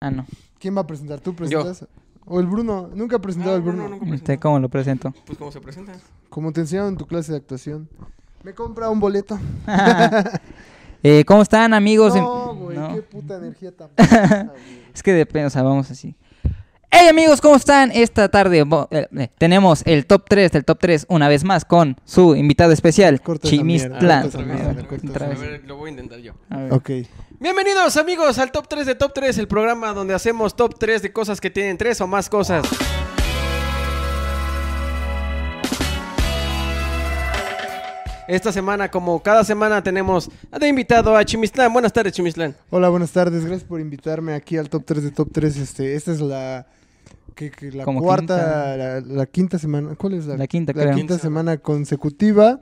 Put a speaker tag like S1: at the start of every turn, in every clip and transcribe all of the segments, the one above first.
S1: Ah, no.
S2: ¿Quién va a presentar? ¿Tú presentas? O el Bruno. Nunca ha presentado
S3: Ah,
S2: al Bruno.
S3: Bruno nunca
S1: ¿Usted
S3: presentó.
S1: Este, cómo lo presento?
S3: Pues como se presenta.
S2: Como te enseñaron en tu clase de actuación. Me compra un boleto.
S1: Eh, ¿Cómo están, amigos?
S2: No,
S1: En-
S2: güey,
S1: no.
S2: qué puta energía tan. pesada, güey.
S1: Es que depende, o sea, vamos así. Hey amigos, ¿cómo están? Esta tarde bo- eh, eh, tenemos el top 3 del top 3 una vez más con su invitado especial,
S2: Corta esa mierda,
S1: Chimistlán.
S2: corta esa
S1: A
S2: mierda,
S1: ver,
S2: corta
S1: otra
S3: A
S2: esa
S1: vez.
S3: ver, lo voy a intentar yo.
S1: A ver.
S2: ok.
S3: Bienvenidos amigos al Top 3 de Top 3, el programa donde hacemos Top 3 de cosas que tienen 3 o más cosas. Esta semana, como cada semana, tenemos de invitado a Chimislán. Buenas tardes, Chimislán.
S2: Hola, buenas tardes. Gracias por invitarme aquí al top 3 de top 3. Este, esta es la. que- que la
S1: Como
S2: cuarta, La, la quinta semana. ¿Cuál es la,
S1: La quinta, creo.
S2: quinta semana consecutiva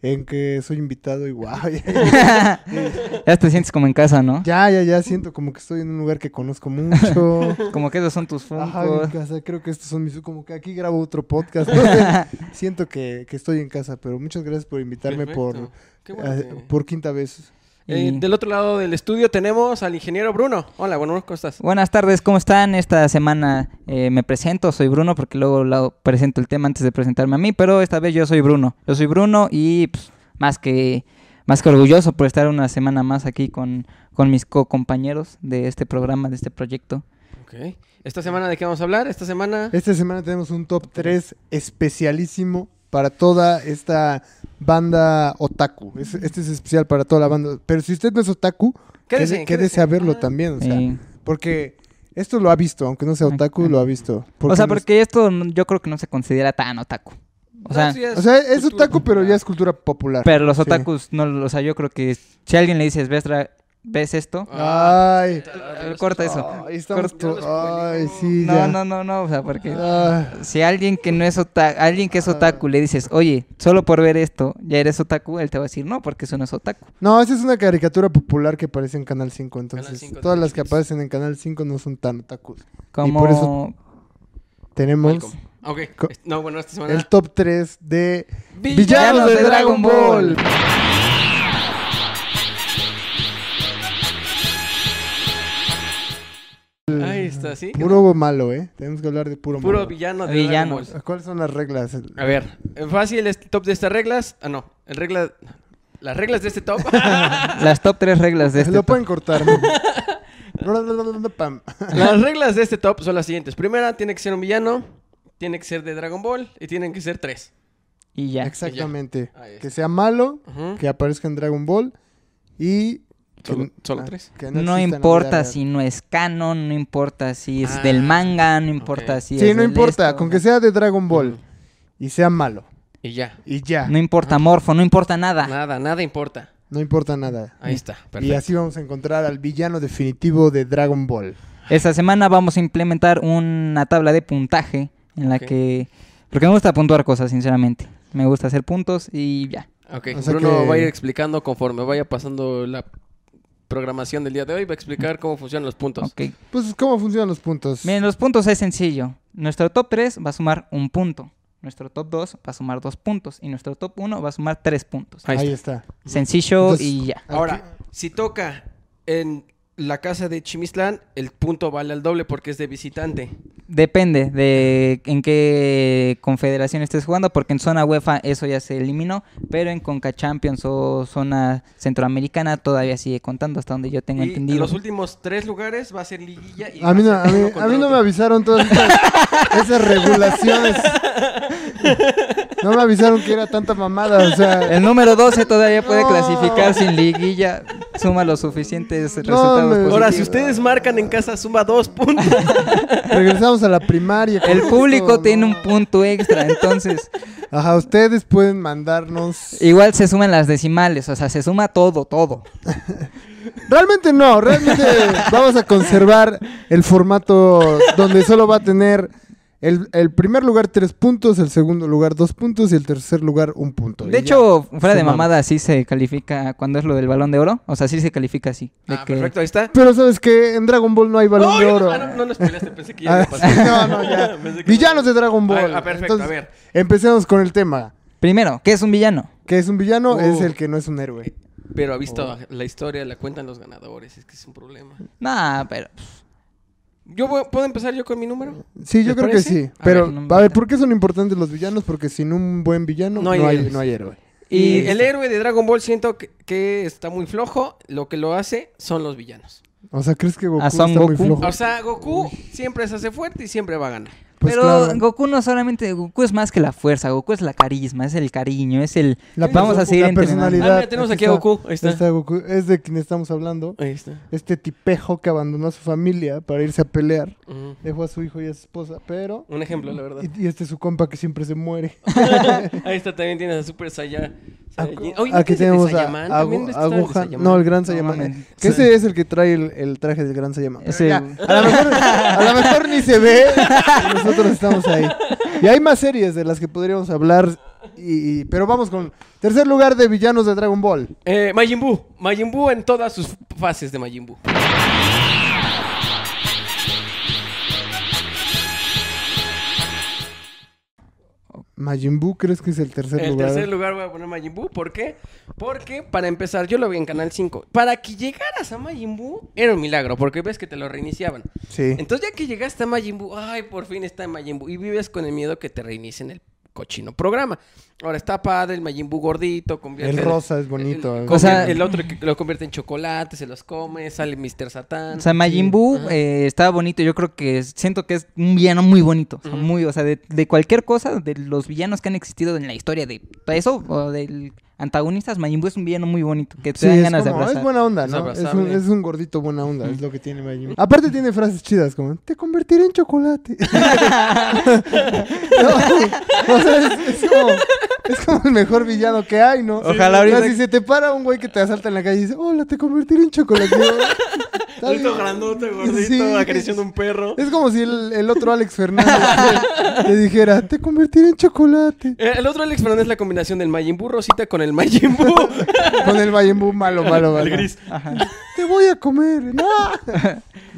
S2: en que soy invitado y guau.
S1: Ya te sientes como en casa, ¿no?
S2: ya, ya, ya siento como que estoy en un lugar que conozco mucho.
S1: Como que esos son tus
S2: Ajá, en
S1: funcos.
S2: casa, creo que estos son mis... Como que aquí grabo otro podcast. no sé. Siento que, que estoy en casa, pero muchas gracias por invitarme por,
S3: Perfecto. Qué bueno
S2: eh,
S3: que-
S2: por quinta vez.
S3: Eh,
S1: Y-
S3: Del otro lado del estudio tenemos al ingeniero Bruno. Hola, bueno, ¿cómo estás?
S1: Buenas tardes, ¿cómo están? Esta semana eh, me presento, soy Bruno, porque luego la- presento el tema antes de presentarme a mí, pero esta vez yo soy Bruno. Yo soy Bruno y pues, más que más que orgulloso por estar una semana más aquí con, con mis co-compañeros de este programa, de este proyecto.
S3: Ok. ¿Esta semana de qué vamos a hablar? Esta semana...
S2: Esta semana tenemos un top 3 especialísimo para toda esta banda otaku. Es- este es especial para toda la banda. Pero si usted no es otaku, quédese, quédese, a verlo
S3: Ah,
S2: también. O sea,
S1: Eh,
S2: Porque esto lo ha visto, aunque no sea otaku,
S1: Ajá.
S2: lo ha visto.
S1: o sea,
S2: no es-
S1: porque esto no- yo creo que no se considera tan otaku. O
S3: no,
S1: sea,
S3: sí es
S2: o sea, es
S3: cultura
S2: otaku, pero
S3: popular.
S2: ya es cultura popular.
S1: pero los
S2: sí.
S1: otakus, no, lo- o sea, yo creo que si a alguien le dices, ¿ves, tra- ves esto?
S2: Ah, Ay,
S3: Ah,
S1: Corta eso.
S2: ay, estamos
S1: corto.
S2: to- ay, sí,
S1: No,
S2: ya.
S1: no, no, no, o sea, porque...
S2: Ah,
S1: Si alguien que no es otaku, alguien que es otaku le dices, oye, solo por ver esto, ya eres otaku, él te va a decir, no, porque eso no es otaku.
S2: no, esa es una caricatura popular que aparece en Canal 5. Entonces,
S3: Canal 5
S2: todas
S3: de
S2: las que
S3: Netflix.
S2: aparecen en Canal 5 no son tan otakus.
S1: Como...
S2: por eso- Tenemos
S3: Malcolm. Ah, Ok.
S2: Co-
S3: Es- No, bueno, esta semana...
S2: el top 3 de
S3: Villanos
S2: villanos de Dragon Ball.
S3: Ahí está, sí.
S2: Puro malo, ¿eh? Tenemos que hablar de puro,
S3: Puro
S2: malo. Ah,
S3: villano de
S1: Villanos.
S3: Dragon
S2: ¿Cuáles son las
S1: Ah,
S2: reglas?
S3: Ball. A ver, eh, fácil es top de estas reglas. Ah, no. El regla... Las reglas de este top.
S1: Las top tres reglas de este...
S2: Lo
S1: top.
S2: pueden cortar. ¿no? Pam.
S3: las reglas de este top son las siguientes. Primera, tiene que ser un villano. Tiene que ser de Dragon Ball. Y tienen que ser tres.
S1: Y ya.
S2: Exactamente.
S3: Ahí Ah, está.
S2: Que sea malo,
S3: Ajá.
S2: que aparezca en Dragon Ball y... que-
S3: Solo- solo
S2: ah,
S3: tres.
S2: que
S1: No
S2: exista en la vida
S1: importa
S2: real.
S1: si no es canon, no importa si es
S3: Ah,
S1: del manga, no importa
S3: ok.
S1: si es
S2: Sí, no
S1: del
S2: importa,
S1: esto,
S2: con
S1: o
S2: que
S1: sea,
S2: sea de Dragon Ball y sea malo.
S3: Y ya.
S2: Y ya,
S1: No
S2: no,
S1: importa morfo, no importa nada.
S3: Nada, nada importa.
S2: importa nada.
S3: Ahí está.
S2: Y
S3: Perfecto.
S2: así vamos a encontrar al villano definitivo de Dragon Ball.
S1: Esta semana vamos a implementar una tabla de puntaje en la
S3: Ok.
S1: que... Porque me gusta puntuar cosas, sinceramente. Me gusta hacer puntos y ya.
S3: Ok,
S2: O sea
S3: Bruno
S2: que-
S3: va a ir explicando conforme vaya pasando la programación del día de hoy. Va a explicar cómo funcionan los puntos.
S1: Ok.
S2: Pues, ¿cómo funcionan los puntos?
S1: Miren, los puntos es sencillo. Nuestro top 3 va a sumar un punto. Nuestro top 2 va a sumar dos puntos. Y nuestro top 1 va a sumar tres puntos.
S3: Ahí
S2: Ahí,
S3: está.
S2: está.
S1: Sencillo
S2: Entonces,
S1: y ya.
S3: Ahora, si toca en la casa de Chimistlán, el punto vale al doble porque es de visitante.
S1: Depende de en qué confederación estés jugando, porque en zona UEFA eso ya se eliminó, pero en Conca Champions o zona centroamericana todavía sigue contando hasta donde yo tengo
S3: y en
S1: entendido.
S3: los últimos tres lugares va a ser liguilla y
S2: A mí, no, a mí- a mí no me avisaron todas estas- esas regulaciones. No me avisaron que era tanta mamada, o sea...
S1: El número 12 todavía puede
S2: No.
S1: clasificar sin liguilla, suma los suficientes resultados
S2: hombre.
S1: positivos.
S3: Ahora, si ustedes marcan en casa, suma dos puntos.
S2: Regresamos a la primaria. con
S1: El
S2: esto,
S1: público tiene
S2: ¿no?
S1: un punto extra, entonces...
S2: Ajá, ustedes pueden mandarnos...
S1: Igual se suman las decimales, o sea, se suma todo, todo.
S2: Realmente no, realmente vamos a conservar el formato donde solo va a tener el, el primer lugar tres puntos, el segundo lugar dos puntos y el tercer lugar un punto.
S1: De
S2: Y
S1: hecho, fuera de
S2: sumamos.
S1: mamada, así se califica cuando es lo del balón de oro. O sea, sí se califica así. de
S3: Ah,
S1: que-
S3: perfecto, ahí está.
S2: ya. Pero sabes que en Dragon Ball no hay balón
S3: ¡Ay!
S2: de oro.
S3: Ah, no, no lo spoileaste, pensé que ya
S2: Ah,
S3: había pasado.
S2: no, no, ya.
S3: Pensé que-
S2: Villanos de Dragon Ball.
S3: Ah, ah, perfecto,
S2: Entonces,
S3: a ver.
S2: Empecemos con el tema.
S1: Primero, ¿qué es un villano?
S2: Que es un villano,
S3: Uh.
S2: es el que no es un héroe.
S3: Pero ha visto la historia, la cuentan los ganadores, es que es un problema.
S1: Nah, pero... pff,
S3: Yo voy- puedo empezar yo con mi número.
S2: Sí, yo
S3: ¿Les
S2: creo
S3: parece?
S2: que sí.
S3: A
S2: Pero,
S1: ver, no me
S2: a ver,
S1: gusta.
S2: ¿por qué son importantes los villanos? Porque sin un buen villano no
S3: No
S2: hay,
S3: hay
S2: no hay, héroe.
S3: héroes. Y
S2: Ahí
S3: el
S2: está.
S3: héroe de Dragon Ball siento que, que está muy flojo. Lo que lo hace son los villanos.
S2: O sea, ¿crees que Goku
S1: A
S2: está
S1: Son
S2: muy
S1: Goku.
S2: flojo?
S3: O sea, Goku siempre se hace fuerte y siempre va a ganar.
S2: Pues
S1: Pero
S2: claro.
S1: Goku no solamente, Goku es más que la fuerza, Goku es la carisma, es el cariño, es el...
S2: La
S1: vamos
S2: perso-
S1: a seguir
S2: la
S1: entrenando.
S2: personalidad.
S3: Ah, mira, tenemos aquí a
S2: está.
S3: Goku. Ahí está.
S2: Ahí está Goku. Es de quien estamos hablando.
S3: Ahí está.
S2: Este tipejo que abandonó a su familia para irse a pelear.
S3: Ujú.
S2: Dejó a su hijo y a su esposa, pero...
S3: Mm, Un ejemplo, la verdad.
S2: Y, y este es su compa que siempre se muere.
S3: Ahí está, también tienes a Super Saiyan.
S2: A-
S3: Saiyajin. Oye, ¿no
S2: Aquí
S3: es de
S2: Ah, tenemos a,
S3: Saiyaman?
S2: a,
S3: ¿También
S2: Go-
S3: de-
S2: a
S3: está de
S2: Gohan.
S3: Saiyaman?
S2: No, el gran Sayaman.
S1: mames.
S2: que
S3: Sí.
S2: ese es el que trae el, el traje del gran Sayaman.
S1: Ese-
S2: a, lo mejor, a lo mejor ni se ve. y Nosotros estamos ahí. Y hay más series de las que podríamos hablar. Y, y- pero vamos con tercer lugar de villanos de Dragon Ball.
S3: Eh, Majin Buu. Majin Buu en todas sus fases de Majin Buu.
S2: Majin Buu, ¿crees que es el tercer
S3: En el
S2: este lugar?
S3: tercer lugar voy a poner Majin Buu. ¿Por qué? Porque, para empezar, yo lo vi en Canal 5. Para que llegaras a Majin Buu era un milagro, porque ves que te lo reiniciaban.
S2: Sí.
S3: Entonces, ya que llegaste a Majin Buu, ay, por fin está en Majin Buu. Y vives con el miedo que te reinicien el cochino programa. Ahora está padre, el Majin Buu gordito.
S2: El
S3: Convierte
S2: rosa es bonito.
S3: El,
S2: eh.
S1: O sea-
S3: el otro que lo convierte en chocolate, se los come, sale Mr. Satán.
S1: O sea, Majin Buu eh, estaba bonito. Yo creo que es- siento que es un villano muy bonito. O sea,
S3: Ujú.
S1: muy, o sea de, de cualquier cosa, de los villanos que han existido en la historia de eso, o del antagonistas, Majin Buu es un villano muy bonito. Que te
S2: Sí,
S1: dan
S2: es,
S1: ganas de
S2: como-
S1: abrazar.
S2: es buena onda,
S3: Es
S2: ¿no? Es, un,
S3: abrazable.
S2: es un gordito buena onda, es lo que tiene Majin Buu. Aparte tiene frases chidas como, te convertiré en chocolate. no, o sea, es, es como, es como el mejor villano que hay, ¿no?
S1: Ojalá
S2: O sea,
S1: ahorita-
S2: si se te para un güey que te asalta en la calle y dice, hola, te convertiré en chocolate. Está bien.
S3: Alto, grandote, gordito,
S2: Sí.
S3: acariciando un perro.
S2: es como si el, el otro Alex Fernández te, te dijera, te convertiré en chocolate.
S3: Eh, El otro Alex Fernández es la combinación del Majin Buu rosita con el Majin Buu.
S2: Con el Majin Buu malo, malo, malo.
S3: el gris.
S1: Ajá.
S2: Te voy a comer. ¡No!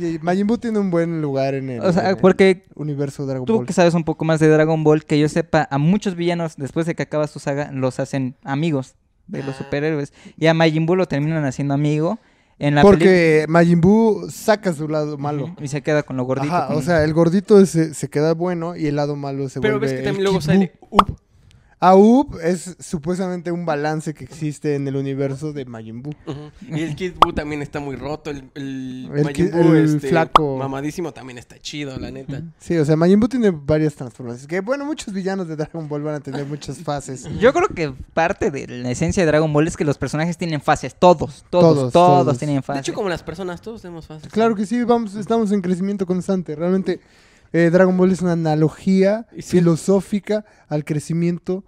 S2: y Majin Buu tiene un buen lugar en el,
S1: O
S2: en
S1: sea,
S2: el
S1: porque
S2: universo Dragon
S1: tú
S2: Ball.
S1: que sabes un poco más de Dragon Ball, que yo sepa, a muchos villanos, después de que acaba su saga, los hacen amigos de los
S3: Ah.
S1: superhéroes. Y a Majin Buu lo terminan haciendo amigo en la
S2: Porque Majin Buu saca su lado malo.
S1: película. Y se queda con lo gordito.
S2: Ajá,
S1: con-
S2: o sea, el gordito eh, se, se queda bueno y el lado malo se
S3: Pero
S2: vuelve
S3: ves que
S2: el
S3: también luego
S2: Kid
S3: sale
S2: Buu.
S3: Up.
S2: Ah, Up es supuestamente un balance que existe en el universo de Majin Buu.
S3: Ujú. Y el Kid Buu también está muy roto. El, el,
S2: El
S3: Majin
S2: Kid-
S3: Buu,
S2: el
S3: este,
S2: flaco.
S3: mamadísimo, también está chido, la neta.
S2: Sí, o sea, Majin Buu tiene varias transformaciones. Que bueno, muchos villanos de Dragon Ball van a tener muchas fases.
S1: Yo creo que parte de la esencia de Dragon Ball es que los personajes tienen fases, todos, todos,
S2: Todos,
S1: todos,
S2: todos.
S1: tienen fases.
S3: De hecho, como las personas, todos tenemos fases.
S2: Claro que sí, vamos, estamos en crecimiento constante. Realmente eh, Dragon Ball es una analogía
S3: Y sí.
S2: filosófica al crecimiento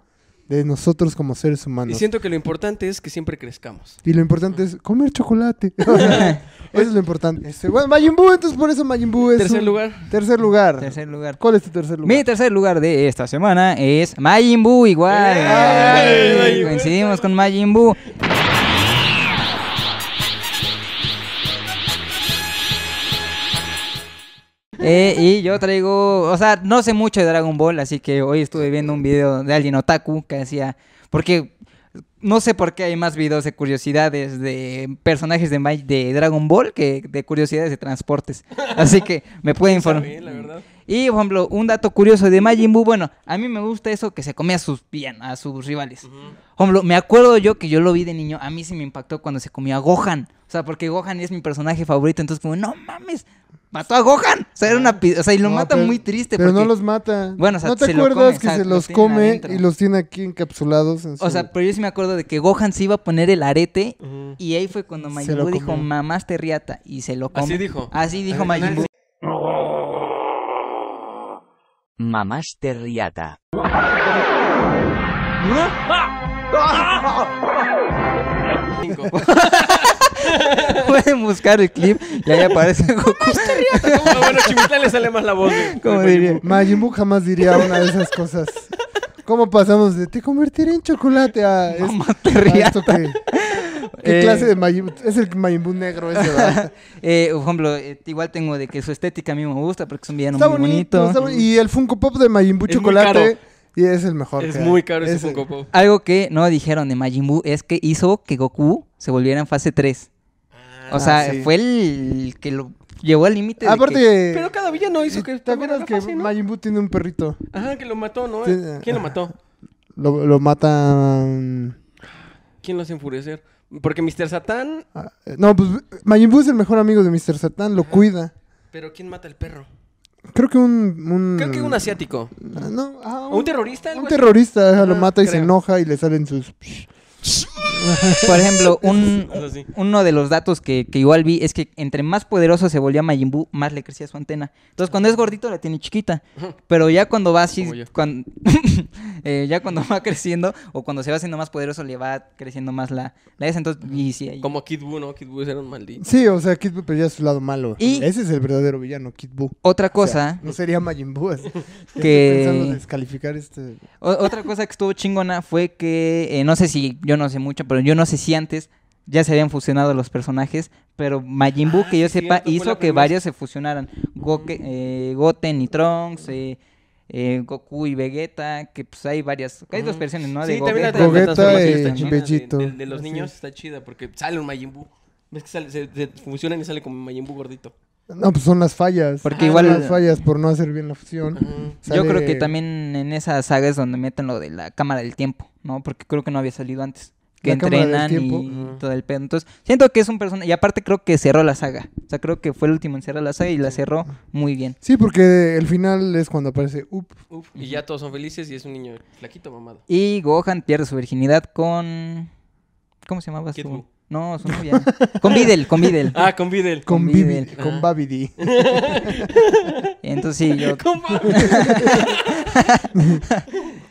S2: de nosotros como seres
S3: Y
S2: humanos. Y,
S3: siento que lo importante es que siempre crezcamos.
S2: lo importante es comer chocolate. O sea, Eso es lo importante. Este, bueno, Majin Buu, entonces por eso Majin Buu es
S3: Tercer
S2: Pues un-
S3: lugar.
S2: Tercer lugar.
S1: Tercer lugar.
S2: ¿Cuál es tu tercer lugar?
S1: Mi tercer lugar de esta semana es Majin Buu igual.
S3: ¡Eh!
S1: Ay,
S3: Majin Buu.
S1: coincidimos con Majin Buu. Eh, y yo traigo, o sea, no sé mucho de Dragon Ball, así que hoy estuve viendo un video de alguien otaku que hacía, porque no sé por qué hay más videos de curiosidades de personajes de, Ma- de Dragon Ball que de curiosidades de transportes. Así que me puede informar.
S3: Está bien, la verdad.
S1: Y, por ejemplo, un dato curioso de Majin Buu, bueno, a mí me gusta eso que se come a sus, bien, a sus rivales. Por ejemplo, me acuerdo yo que yo lo vi de niño, a mí sí me impactó cuando se comió a Gohan. O sea, porque Gohan es mi personaje favorito, entonces como, no mames, mató a Gohan. O sea, era
S3: Ah.
S1: una, pi- o sea y lo
S2: No,
S1: mata
S2: pero-
S1: muy triste.
S2: Pero no
S1: porque-
S2: los mata.
S1: Bueno, o sea,
S2: ¿No te
S1: se lo
S2: acuerdas
S1: come,
S2: que
S1: o sea,
S2: se
S1: lo
S2: los
S1: tienen
S2: come
S1: adentro?
S2: y los tiene aquí encapsulados en su...
S1: O sea, pero yo sí me acuerdo de que Gohan se iba a poner el arete
S3: Ujú.
S1: y ahí fue cuando Majin
S2: Se lo
S1: Buu dijo,
S2: comió.
S1: mamás te riata y se lo come.
S3: Así dijo.
S1: Así dijo
S3: Así-
S1: Majin Buu.
S4: Mamás Terriata.
S3: Cinco.
S1: Pueden buscar el clip y ahí aparece Goku.
S3: Ah, bueno, Chimitlán le sale más la voz. güey.
S1: Como
S3: Majin
S1: diría.
S2: Majin Buu jamás diría una de esas cosas. ¿Cómo pasamos de te convertiré en chocolate a, es-
S1: Mamá te
S2: a
S1: riata.
S2: esto que- ¿Qué
S1: Eh.
S2: clase de Majin Buu? Es el Majin Buu negro ese, ¿verdad?
S1: Eh, por ejemplo, eh, igual tengo de que su estética a mí me gusta porque es un villano
S2: está
S1: muy
S2: bonito.
S1: bonito.
S2: está boni- Y el Funko Pop de Majin Buu
S3: Es muy
S2: chocolate
S3: caro.
S2: y es el mejor.
S3: Es
S2: que hay.
S3: muy caro ese
S2: Es el-
S3: Funko Pop.
S1: Algo que no dijeron de Majin Buu es que
S3: Ah,
S1: hizo que Goku se volviera en fase 3. O sea,
S2: sí.
S1: fue el que lo llegó al límite. de
S2: Aparte,
S1: que-
S3: Pero cada villa no hizo que
S2: ¿te acuerdas que
S3: fácil, ¿no?
S2: Majin Buu tiene un perrito?
S3: Ajá, que lo mató, ¿no?
S2: Sí,
S3: ¿Quién lo mató?
S2: Lo, lo matan...
S3: ¿Quién lo hace enfurecer? Porque Mr. Satán,
S2: ah, eh, No, pues Majin Buu es el mejor amigo de Mr. Satan, lo cuida.
S3: pero ¿quién mata al perro?
S2: Creo que un... un-
S3: Creo que un asiático.
S2: Ah, no, ah,
S3: ¿O un terrorista? algo
S2: Mm. Un
S3: así?
S2: terrorista ajá, lo
S3: Ah,
S2: mata y se
S3: creo.
S2: enoja y le salen sus...
S1: por ejemplo, un,
S3: Eso sí.
S1: uno de los datos que, que igual vi es que entre más poderoso se volvía Majin Buu, más le crecía su antena. Entonces, cuando es gordito la tiene chiquita, pero ya cuando va así,
S3: Como yo.
S1: cuan- eh, ya cuando va creciendo o cuando se va haciendo más poderoso le va creciendo más la, la esa. Entonces, y sí, ahí-
S3: Como Kid Buu, ¿no? Kid Buu era un maldito.
S2: Sí, o sea, Kid Buu, pero ya es su lado malo.
S1: Y-
S2: Ese es el verdadero villano, Kid Buu.
S1: otra
S2: O sea,
S1: cosa
S2: no sería Majin Buu. así. Estoy pensando en
S1: que
S2: descalificar este...
S1: O- otra cosa que estuvo chingona fue que, eh, no sé si, yo no sé mucho, pero yo no sé si antes ya se habían fusionado los personajes, pero Majin Buu,
S3: Ah,
S1: que yo
S3: sí,
S1: sepa,
S3: cierto, fue la
S1: hizo que
S3: primera-
S1: varios se fusionaran. Goke- eh, Goten y Trunks, eh, eh, Goku y Vegeta, que pues hay varias, hay dos
S3: Ujú.
S1: versiones, ¿no?
S3: Sí, también la
S2: Gogeta
S3: la transformación
S2: y
S3: está chida, de-
S2: Bellito.
S3: De, de los
S2: Así
S3: niños
S2: es.
S3: está chida porque sale un Majin Buu. ¿Ves que sale, se, se fusionan y sale como Majin Buu gordito?
S2: No, pues son las fallas.
S1: Porque
S2: Son
S1: igual-
S2: las fallas por no hacer bien la fusión.
S3: Ajá.
S1: Yo creo que
S2: Sale-
S1: también en esa saga es donde meten lo de la cámara del tiempo, ¿no? Porque creo que no había salido antes. Que
S2: La cámara del
S1: entrenan
S2: tiempo.
S1: y todo el pedo. Entonces, siento que es un personaje. Y aparte, creo que cerró la saga. O sea, creo que fue el último en cerrar la saga y la cerró muy bien.
S2: Sí, porque el final es cuando aparece Up.
S3: Uf, y ya todos son felices y es un niño flaquito mamado.
S1: Y Gohan pierde su virginidad con. ¿Cómo se llamaba
S3: Kid
S1: su.?
S3: Buu.
S1: No, su novia. con Videl, con Videl.
S3: Ah, con Videl.
S2: Con,
S1: Con
S2: Bibi-
S1: Videl.
S2: con Babidi.
S1: Entonces, sí, yo.
S3: Con Babidi.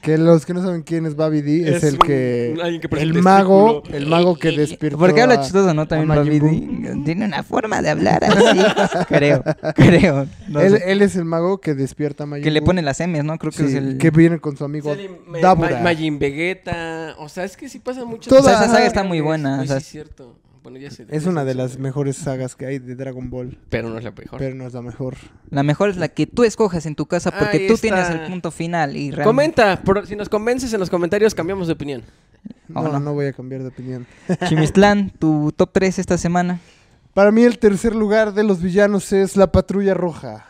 S2: que los que no saben quién es Babidi es,
S3: Es
S2: el
S3: un-
S2: que.
S3: alguien que presenta
S2: el mago.
S3: testículo.
S2: El mago que despierta.
S1: Porque habla chistoso, ¿no? También
S2: Majin Buu.
S1: Babidi. Tiene una forma de hablar así. creo, creo. No
S2: él,
S1: sé.
S2: él es el mago que despierta a Majin
S1: Que le
S2: Buu.
S1: pone las M's, ¿no? Creo que
S2: Sí,
S1: es el.
S2: que viene con su amigo
S3: Sale Ma-
S2: Dabura.
S3: Ma- Majin Vegeta. O sea, es que sí pasa mucho.
S2: Toda-
S1: O sea, esa saga
S2: Ajá.
S1: está muy buena.
S3: Ay,
S1: o
S3: sí
S1: sea,
S3: es cierto. Bueno, ya sé.
S2: es una de las mejores sagas que hay de Dragon Ball.
S3: Pero no es la mejor.
S2: Pero no es la mejor.
S1: la mejor es la que tú escojas en tu casa porque
S3: Ahí
S1: tú
S3: está.
S1: tienes el punto final y realmente-
S3: Comenta, por- si nos convences en los comentarios cambiamos de opinión.
S1: Oh,
S2: No,
S1: no.
S2: no, voy a cambiar de opinión.
S1: Chimistlán, tu top 3 esta semana.
S2: Para mí, el tercer lugar de los villanos es la Patrulla Roja.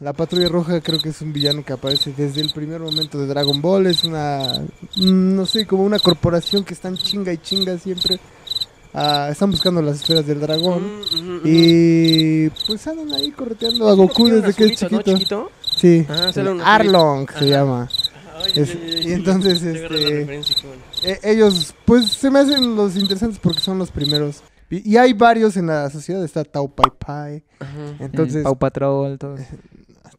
S2: La Patrulla Roja creo que es un villano que aparece desde el primer momento de Dragon Ball. Es una, mm, no sé, como una corporación que están chinga y chinga siempre. Ah, están buscando las esferas del dragón. Y pues andan ahí correteando a Goku desde que es chiquito. Sí,
S3: Ajá, Ah, sale un azulito.
S2: Arlong
S3: Ajá.
S2: se llama. Es- y entonces, este, Eh, ellos, pues se me hacen los interesantes porque son los primeros. Y, y hay varios en la sociedad, está Tau Pai Pai.
S1: Entonces,
S2: Entonces,
S1: Pau Patrol, todo.
S3: eh,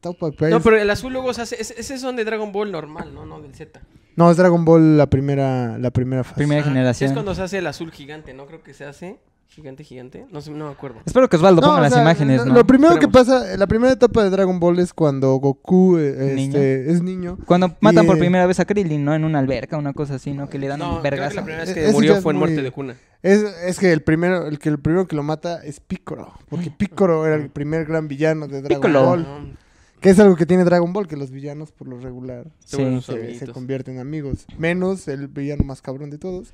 S2: Tau Pai Pai.
S3: No,
S2: es-
S3: pero el azul luego se hace. ese- Ese son de Dragon Ball normal, ¿no? No del Z.
S2: No, es Dragon Ball la primera, la primera fase.
S1: Primera
S3: Ajá.
S1: generación.
S3: Es cuando se hace el azul gigante, ¿no? Creo que se hace gigante, gigante. No sé, no me acuerdo.
S1: Espero que Osvaldo
S2: No,
S1: ponga
S2: o
S1: las
S2: sea,
S1: imágenes,
S2: lo-
S1: ¿no?
S2: Lo primero que
S3: Esperemos.
S2: pasa, eh, la primera etapa de Dragon Ball es cuando Goku eh,
S1: Niño.
S2: este, es niño.
S1: Cuando matan por
S2: eh,
S1: primera vez a Krillin, ¿no? En una alberca, una cosa así, ¿no? Que le dan
S3: No,
S1: un
S3: creo que
S1: vergazo.
S3: la primera vez
S2: E-
S3: que
S2: ese ya
S3: murió
S2: es
S3: fue en
S2: muy-
S3: muerte de cuna.
S2: Es, es que el primero, el que el primero que lo mata es Piccolo, porque Piccolo era el primer gran villano de Dragon
S1: Piccolo.
S2: Ball,
S3: No,
S2: que es algo que tiene Dragon Ball, que los villanos por lo regular pues,
S3: se vuelven
S1: Sí,
S3: sus
S2: se, se
S3: amiguitos.
S2: convierten en amigos. Menos el villano más cabrón de todos,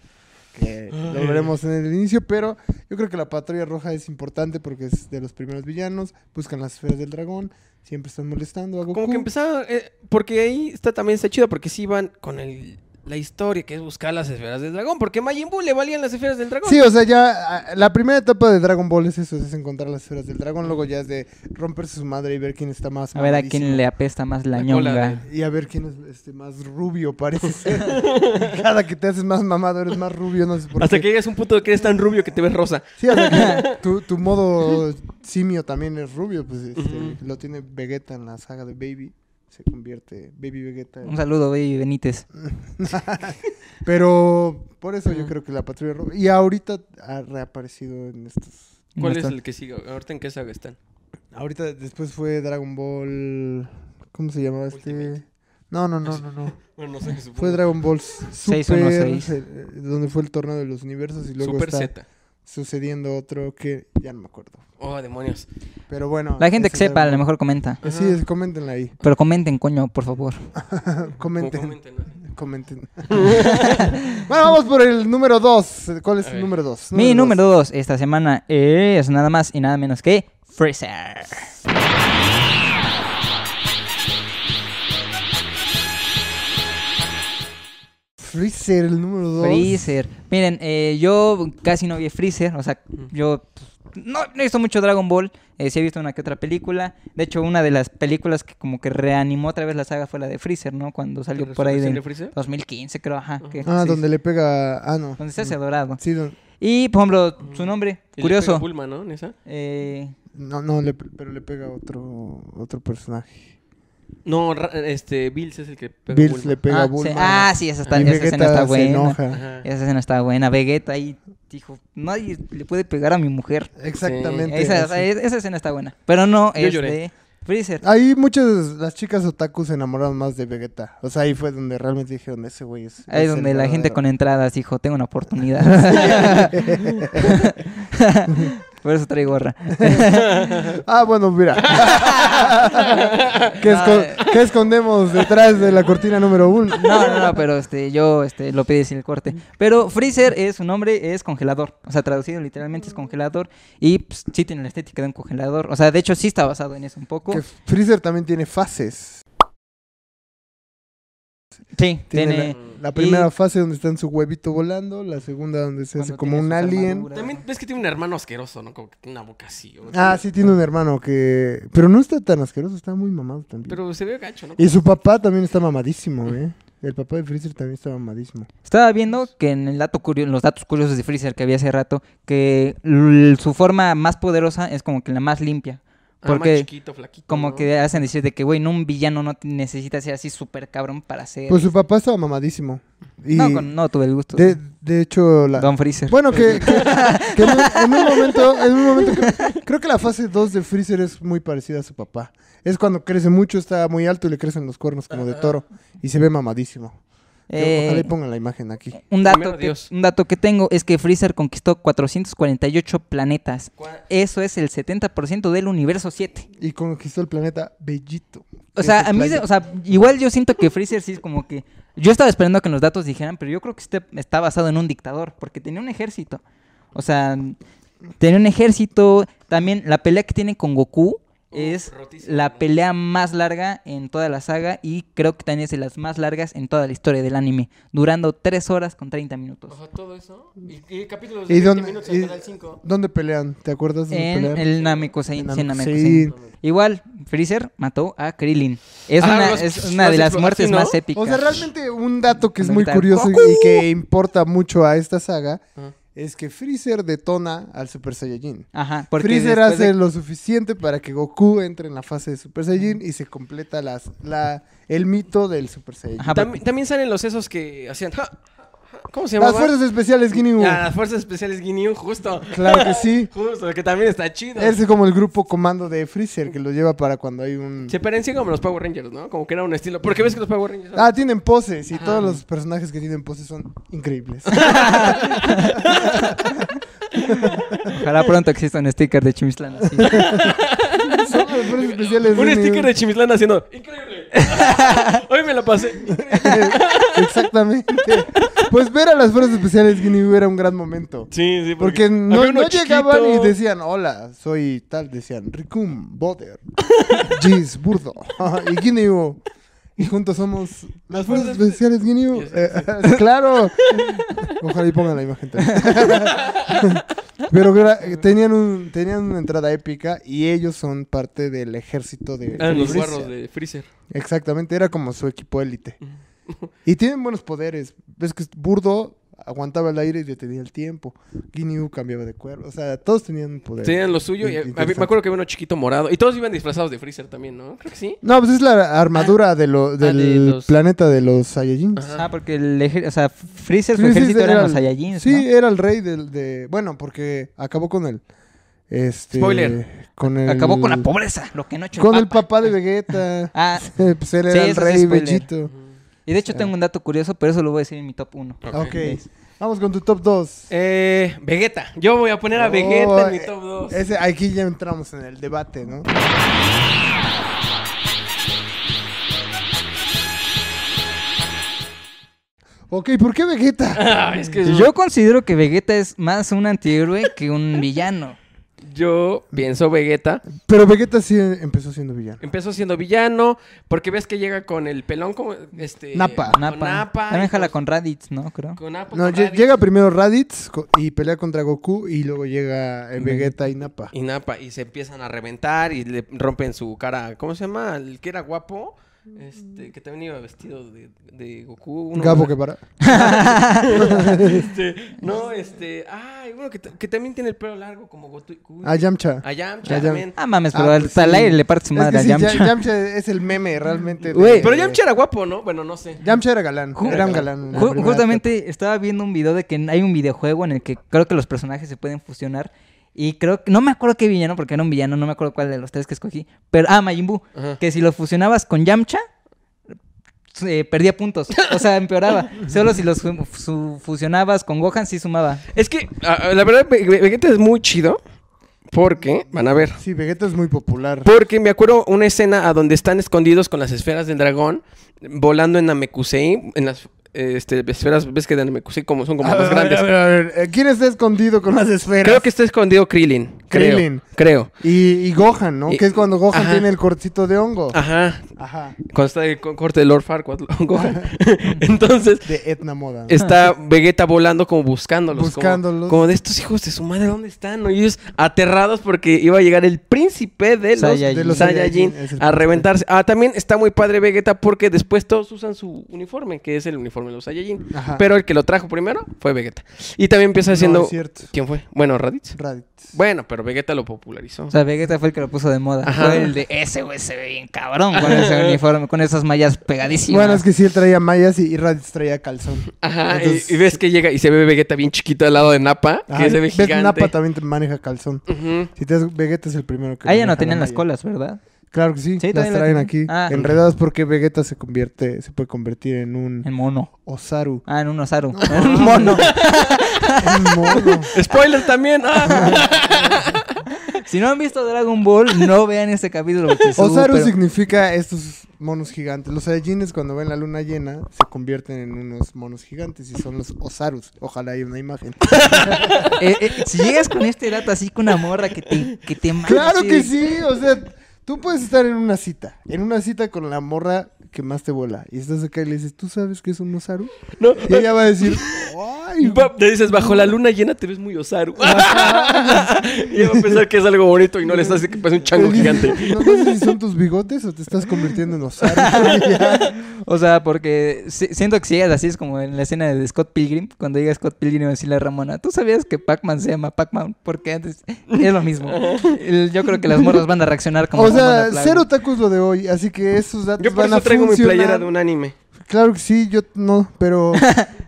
S2: que lo veremos en el inicio, pero yo creo que la patrulla roja es importante porque es de los primeros villanos, buscan las esferas del dragón, siempre están molestando a Goku.
S3: Como que empezaba, eh, porque ahí está también está chido, porque sí van con el, la historia que es buscar las esferas del dragón, porque Majin Buu le valían las esferas del dragón.
S2: Sí, o sea, ya ah, la primera etapa de Dragon Ball es eso, es encontrar las esferas del dragón, luego ya es de romperse su madre y ver quién está más
S1: A ver a
S2: mamadísimo.
S1: quién le apesta más la,
S3: La cola
S1: ñonga.
S2: Y a ver quién es este más rubio, parece ser. Y Cada que te haces más mamado, eres más rubio, no sé por
S3: Hasta
S2: qué.
S3: que llegas a un punto de que eres tan rubio que te ves rosa.
S2: Sí, o sea, que tu, tu modo simio también es rubio, pues este,
S3: Ujú.
S2: lo tiene Vegeta en la saga de Baby. Se convierte Baby Vegeta. en-
S1: Un saludo, baby Benítez.
S2: Pero por eso yo creo que la patrulla roja. Y ahorita ha reaparecido en estos.
S1: No
S3: ¿Cuál es
S1: está.
S3: el que sigue? Ahorita en qué saga están.
S2: Ahorita después fue Dragon Ball. ¿Cómo se llamaba este?
S3: Ultimate.
S2: No, no, no, no, no.
S3: Bueno, no sé qué supongo.
S2: Fue Dragon Ball Super,
S1: 616.
S2: eh, donde fue el torneo de los universos y luego
S3: Super
S2: está
S3: Z.
S2: sucediendo otro que ya no me acuerdo.
S3: Oh, demonios.
S2: Pero bueno.
S1: La gente
S2: ese
S1: que sepa, a
S2: Dragon
S1: lo mejor comenta.
S2: Ball. Sí, es- coméntenla ahí.
S1: Pero comenten, coño, por favor.
S2: comenten.
S3: Comenten, ¿no?
S2: comenten. bueno, vamos por el número 2. ¿Cuál es el número 2?
S1: Mi número 2 esta semana es nada más y nada menos que Freezer.
S2: Freezer, el número 2.
S1: Freezer. Miren, eh, yo casi no vi Freezer, o sea, yo pues, no, no he visto mucho Dragon Ball, eh, sí he visto una que otra película. De hecho, una de las películas que como que reanimó otra vez la saga fue la de Freezer, ¿no? Cuando salió por ahí
S3: de
S1: de
S3: Freezer?
S1: 2015, creo, ajá. que-
S2: Ah,
S1: sí,
S2: donde le pega. Ah, no.
S1: donde se hace dorado.
S2: Sí, don-
S1: Y, por ejemplo, su nombre,
S2: Ah,
S3: Y le pega
S1: curioso.
S3: Bulma, ¿no? ¿En esa?
S1: Eh,
S2: No, no, le- pero le pega otro, otro personaje.
S3: No, ra- este, Bills es el que pega
S2: Bills
S3: Bulma.
S2: le pega
S1: ah,
S2: a
S1: sí,
S2: Bulma.
S1: ah, sí, esa, está,
S2: Y
S1: esa escena
S2: Vegeta
S1: está
S2: se
S1: buena.
S2: enoja.
S3: Ajá.
S1: Esa escena está buena. Vegeta ahí dijo, nadie le puede pegar a mi mujer.
S2: Exactamente.
S1: Esa,
S2: así.
S1: esa- esa escena está buena. Pero no,
S3: Yo
S1: es
S3: lloré.
S1: de Freezer.
S2: Ahí muchas de las chicas otaku se enamoraron más de Vegeta. O sea, ahí fue donde realmente dijeron, ese güey es...
S1: Ahí es
S2: es el
S1: donde la gente
S2: verdadero".
S1: con entradas dijo, tengo una oportunidad. Por eso traigo gorra.
S2: Ah, bueno, mira. ¿Qué, esco- qué escondemos detrás de la cortina número uno?
S1: No, no, no, pero este, yo este, lo pedí sin el corte. Pero Freezer es su nombre, es congelador. O sea, traducido literalmente es congelador. Y pues, sí tiene la estética de un congelador. O sea, de hecho sí está basado en eso un poco.
S2: Que Freezer también tiene fases.
S1: Sí,
S2: Tiene,
S1: tiene...
S3: Mm.
S2: la, la primera fase donde está en su huevito volando, la segunda donde se hace
S1: cuando
S2: como
S1: tiene
S2: un
S1: sus
S2: alien.
S1: armaduras.
S3: También ves que tiene un hermano asqueroso, ¿no? Como que tiene una boca así. ¿no?
S2: Ah, sí, tiene un hermano que... Pero no está tan asqueroso, está muy mamado también.
S3: Pero se ve gacho, ¿no?
S2: Y su papá también está mamadísimo, ¿eh? El papá de Freezer también está mamadísimo.
S1: Estaba viendo que en el dato curio- en los datos curiosos de Freezer que había hace rato, que l- su forma más poderosa es como que la más limpia.
S3: Ah, más
S1: Porque
S3: chiquito, flaquito.
S1: como
S3: ¿no?
S1: que hacen decir de que, güey, no un villano no te- necesita ser así súper cabrón para ser...
S2: Pues su papá estaba mamadísimo. Y
S1: Eh, no, con- no tuve el gusto.
S2: de, de hecho, la...
S1: Don Freezer.
S2: Bueno, que, que- que en, un, en un momento, en un momento creo, creo que la fase 2 de Freezer es muy parecida a su papá. Es cuando crece mucho, está muy alto y le crecen los cuernos como de toro y se ve mamadísimo. Yo-
S1: Eh,
S2: Ojalá y pongan la imagen aquí.
S1: un,
S3: Primero
S1: dato que,
S3: Dios.
S1: un dato que tengo es que Freezer conquistó 448 planetas.
S3: Cua-
S1: Eso es el 70% del universo 7.
S2: Y conquistó el planeta Bellito.
S1: O sea,
S2: Ese
S1: a mí,
S2: playa-
S1: se- o sea, igual yo siento que Freezer sí es como que. Yo estaba esperando que en los datos dijeran, pero yo creo que este está basado en un dictador, porque tenía un ejército. O sea, tenía un ejército. También la pelea que tiene con Goku es
S3: rotísima,
S1: la
S3: ¿no?
S1: pelea más larga en toda la saga y creo que también es de las más largas en toda la historia del anime, durando 3 horas con 30 minutos.
S3: O sea, todo eso. Y, y capítulos de
S2: ¿Y
S3: 20
S2: dónde,
S3: minutos
S2: y-
S3: al canal 5.
S2: dónde pelean? ¿Te acuerdas de
S1: En
S2: pelear?
S1: el Namekusein.
S2: En
S1: sí, en
S2: Namekusein.
S1: Namekusein. Igual, Freezer mató a Krillin. Es
S3: Ah,
S1: una,
S3: los-
S1: es una
S3: los
S1: de las
S3: explo-
S1: muertes
S3: sí, ¿no?
S1: más épicas.
S2: O sea, realmente un dato que es muy
S1: Ahorita,
S2: curioso y,
S1: ¡Goku!
S2: y que importa mucho a esta saga
S3: Ajá.
S2: es que Freezer detona al Super Saiyajin.
S1: Ajá, porque
S2: Freezer
S1: después de-
S2: hace lo suficiente para que Goku entre en la fase de Super Saiyajin y se completa las, la, el mito del Super Saiyajin.
S1: Ajá,
S3: También, también salen los esos que hacían. ja, ja, ja. ¿Cómo se
S2: Las
S3: llamaba?
S2: fuerzas especiales Ginyu.
S3: Ah, las fuerzas especiales Guineon, justo.
S2: Claro que sí.
S3: Justo, que también está chido.
S2: Ese es como el grupo comando de Freezer que lo lleva para cuando hay un...
S3: Se parecen como los Power Rangers, ¿no? Como que era un estilo. Porque ves que los Power Rangers. son-
S2: Ah, tienen poses y todos los personajes que tienen poses son increíbles.
S1: Ojalá pronto exista un sticker de Chimislán así.
S2: son las fuerzas especiales
S3: un
S2: Ginyu.
S3: sticker de Chimislán haciendo. ¡Increíble! Hoy me la pasé. increíble".
S2: Exactamente. Pues ver a las fuerzas especiales Ginyu era un gran momento.
S3: Sí, sí,
S2: Porque no,
S3: había uno
S2: no llegaban y
S3: chiquito.
S2: decían, hola, soy tal, decían, Ricum, Boder, Gis, Burdo y Guineo. Y juntos somos las fuerzas especiales Guineo. Eh, claro. Ojalá y pongan la imagen también. Pero gra- tenían, un, tenían una entrada épica y ellos son parte del ejército de...
S3: Eran los
S2: Freezer.
S3: guarros de Freezer.
S2: Exactamente, era como su equipo élite. Y tienen buenos poderes. Ves que Burdo aguantaba el aire y detenía el tiempo. Ginyu cambiaba de cuerpo. O sea, todos tenían un poder.
S3: Tenían lo suyo. Y,
S2: In-
S3: a- a mí-
S2: interesante.
S3: me acuerdo que había uno chiquito morado. Y todos iban disfrazados de Freezer también, ¿no? Creo que sí.
S2: No, pues es la armadura de lo- del
S3: Ah, de los-
S2: planeta de los Saiyajins.
S3: Ajá.
S1: Ah, porque el ejer- o sea, Freezer, su
S2: Sí, sí,
S1: ejército
S2: era
S1: eran los
S2: el-
S1: Saiyajins,
S2: Sí,
S1: ¿no?
S2: era el rey del de... Bueno, porque acabó con el... Este,
S3: Spoiler.
S2: Con el...
S1: Acabó con la pobreza, lo que no ha hecho
S2: eh, Con
S1: el
S2: el
S1: Papa.
S2: papá de Vegeta.
S1: Ah,
S2: pues
S1: sí,
S2: él era el
S1: eso sí es
S2: rey
S1: spoiler.
S2: Bellito.
S1: Y de hecho tengo un dato curioso, pero eso lo voy a decir en mi top 1.
S3: Ok.
S2: ok. Vamos con tu top 2.
S3: Eh, Vegeta. Yo voy a poner a
S2: Oh,
S3: Vegeta en mi
S2: eh,
S3: top 2.
S2: Ese, aquí ya entramos en el debate, ¿no? Ok, ¿por qué Vegeta?
S3: Ah, es que yo,
S1: Yo considero que Vegeta es más un antihéroe que un villano.
S3: yo pienso Vegeta.
S2: Pero Vegeta sí empezó siendo villano.
S1: Em,
S3: Empezó siendo villano, porque ves que llega con el pelón como este
S2: Napa.
S3: con
S1: Napa.
S3: Napa,
S1: También
S3: y
S1: jala
S3: con-
S1: con Raditz, ¿no? Creo.
S3: con Napa,
S2: No,
S3: con
S2: lle-
S3: Raditz
S2: llega primero Raditz co- y pelea contra Goku y luego llega eh, Vegeta y Nappa.
S3: y Napa y se empiezan a reventar y le rompen su cara, ¿cómo se llama? El que era guapo, este que también iba vestido de, de Goku, uno-
S2: Gabo que para.
S3: este, no, este, ay, uno que, ta- que también tiene el pelo largo como Goku.
S2: A Ah, Yamcha.
S3: A Yamcha
S2: A Yam-
S3: también.
S1: Ah, mames, pero
S2: Ah,
S1: al
S2: pues
S1: hasta al
S2: sí.
S1: aire le parte su
S2: Es que
S1: madre a
S2: sí,
S1: Yamcha.
S2: Ya- Yamcha es el meme realmente. de-
S1: Güey.
S3: Pero Yamcha era guapo, ¿no? Bueno, no sé.
S2: Yamcha era galán.
S1: Ju-
S2: Era un galán.
S1: Ju- justamente estaba viendo un video de que hay un videojuego en el que creo que los personajes se pueden fusionar. Y creo que, no me acuerdo qué villano, porque era un villano, no me acuerdo cuál de los tres que escogí. Pero, ah, Majin Buu,
S3: Ajá.
S1: que si lo fusionabas con Yamcha, eh, perdía puntos. O sea, empeoraba. Solo si los fu- su- fusionabas con Gohan, sí sumaba.
S3: Es que ah, la verdad Ve- Ve- Vegeta es muy chido porque van a ver.
S2: Sí, Vegeta es muy popular.
S3: Porque me acuerdo una escena a donde están escondidos con las esferas del dragón volando en Namekusei, en las eh, este, esferas, ves que de Namekusei como son como
S2: Ah, A
S3: más
S2: ver, a ver,
S3: grandes.
S2: a ver, a ver, eh, ¿Quién está escondido con las esferas?
S3: Creo que está escondido Krillin. Creo,
S2: Krillin.
S3: Creo.
S2: Y, y Gohan, ¿no?
S3: Y-
S2: que es cuando Gohan
S3: ajá. Ah.
S2: tiene el cortito de hongo.
S3: Ajá.
S2: Ajá.
S3: Cuando está el co- corte de Lord Farquaad. Gohan. Entonces,
S2: De Etna Moda. ¿no?
S3: está Vegeta volando como buscándolos. como-
S2: Buscándolos.
S3: Como, de estos hijos de su madre, ¿dónde están? ¿no? Y ellos aterrados porque iba a llegar el príncipe de los,
S1: Saiyajin.
S2: De los
S3: Saiyajin
S2: Saiyajin, es el
S3: a
S2: príncipe.
S3: reventarse. Ah, también está muy padre Vegeta porque después todos usan su uniforme, que es el uniforme de los Saiyajin.
S2: Ajá.
S3: Pero el que lo trajo primero fue Vegeta. Y también empieza
S2: Ah. No,
S3: haciendo...
S2: es cierto.
S3: ¿Quién fue? Bueno, Raditz.
S2: Raditz.
S3: Bueno, pero Vegeta lo popularizó.
S1: O sea, Vegeta fue el que lo puso de moda.
S3: Ajá.
S1: Fue el de ese güey se ve bien cabrón con ese uniforme, con esas mallas pegadísimas.
S2: Bueno, es que sí, él traía mayas y, y Raditz traía calzón.
S3: Ajá, y-
S2: Entonces-
S3: y, ves que llega y se ve Vegeta bien chiquito al lado de Nappa,
S2: Ajá.
S3: que se ve
S2: ¿Ves?
S3: gigante.
S2: Nappa también te maneja calzón.
S3: Ujú.
S2: Si te das- Vegeta es el primero que.
S1: Ah, ya
S2: maneja
S1: no
S2: la
S1: tenían las
S2: malla.
S1: colas, ¿verdad?
S2: Claro que sí.
S1: Sí,
S2: las
S1: también la
S2: traen aquí.
S1: tienen. Ah.
S2: Enredadas porque Vegeta se convierte, se puede convertir en un
S1: En mono.
S2: Osaru.
S1: Ah, en un osaru. En un mono.
S2: un mono.
S3: Spoiler también. ah.
S1: Si no han visto Dragon Ball, no vean este capítulo. porque es
S2: Osaru
S1: súper-
S2: significa estos monos gigantes. Los Saiyajines cuando ven la luna llena se convierten en unos monos gigantes y son los Osarus. Ojalá haya una imagen.
S1: Eh, eh, si llegas con este dato así con una morra que te, que te mata,
S2: claro
S1: así
S2: que
S1: de-
S2: sí, o sea, tú puedes estar en una cita, en una cita con la morra que más te vuela y estás acá y le dices, ¿tú sabes qué es un Osaru?
S3: No.
S2: Y ella va a decir, ¡ay!
S3: Va- Te dices, bajo la luna llena te ves muy Osaru. y ella va a pensar que es algo bonito y no le estás haciendo que parece un chango gigante.
S2: No, no sé si son tus bigotes o te estás convirtiendo en Osaru.
S1: O sea, porque si- siento que si llegas así es como en la escena de Scott Pilgrim, cuando llega Scott Pilgrim a decirle a Ramona, ¿tú sabías que Pac-Man se llama Pac-Man? Porque antes es lo mismo. El- yo creo que las morras van a reaccionar como
S2: o sea,
S1: Ramona Flowers.
S2: cero tacos lo de hoy, así que esos datos
S3: Yo por
S2: van a
S3: eso traigo mi
S2: funcionar.
S3: playera de un anime.
S2: Claro que sí, yo no, pero,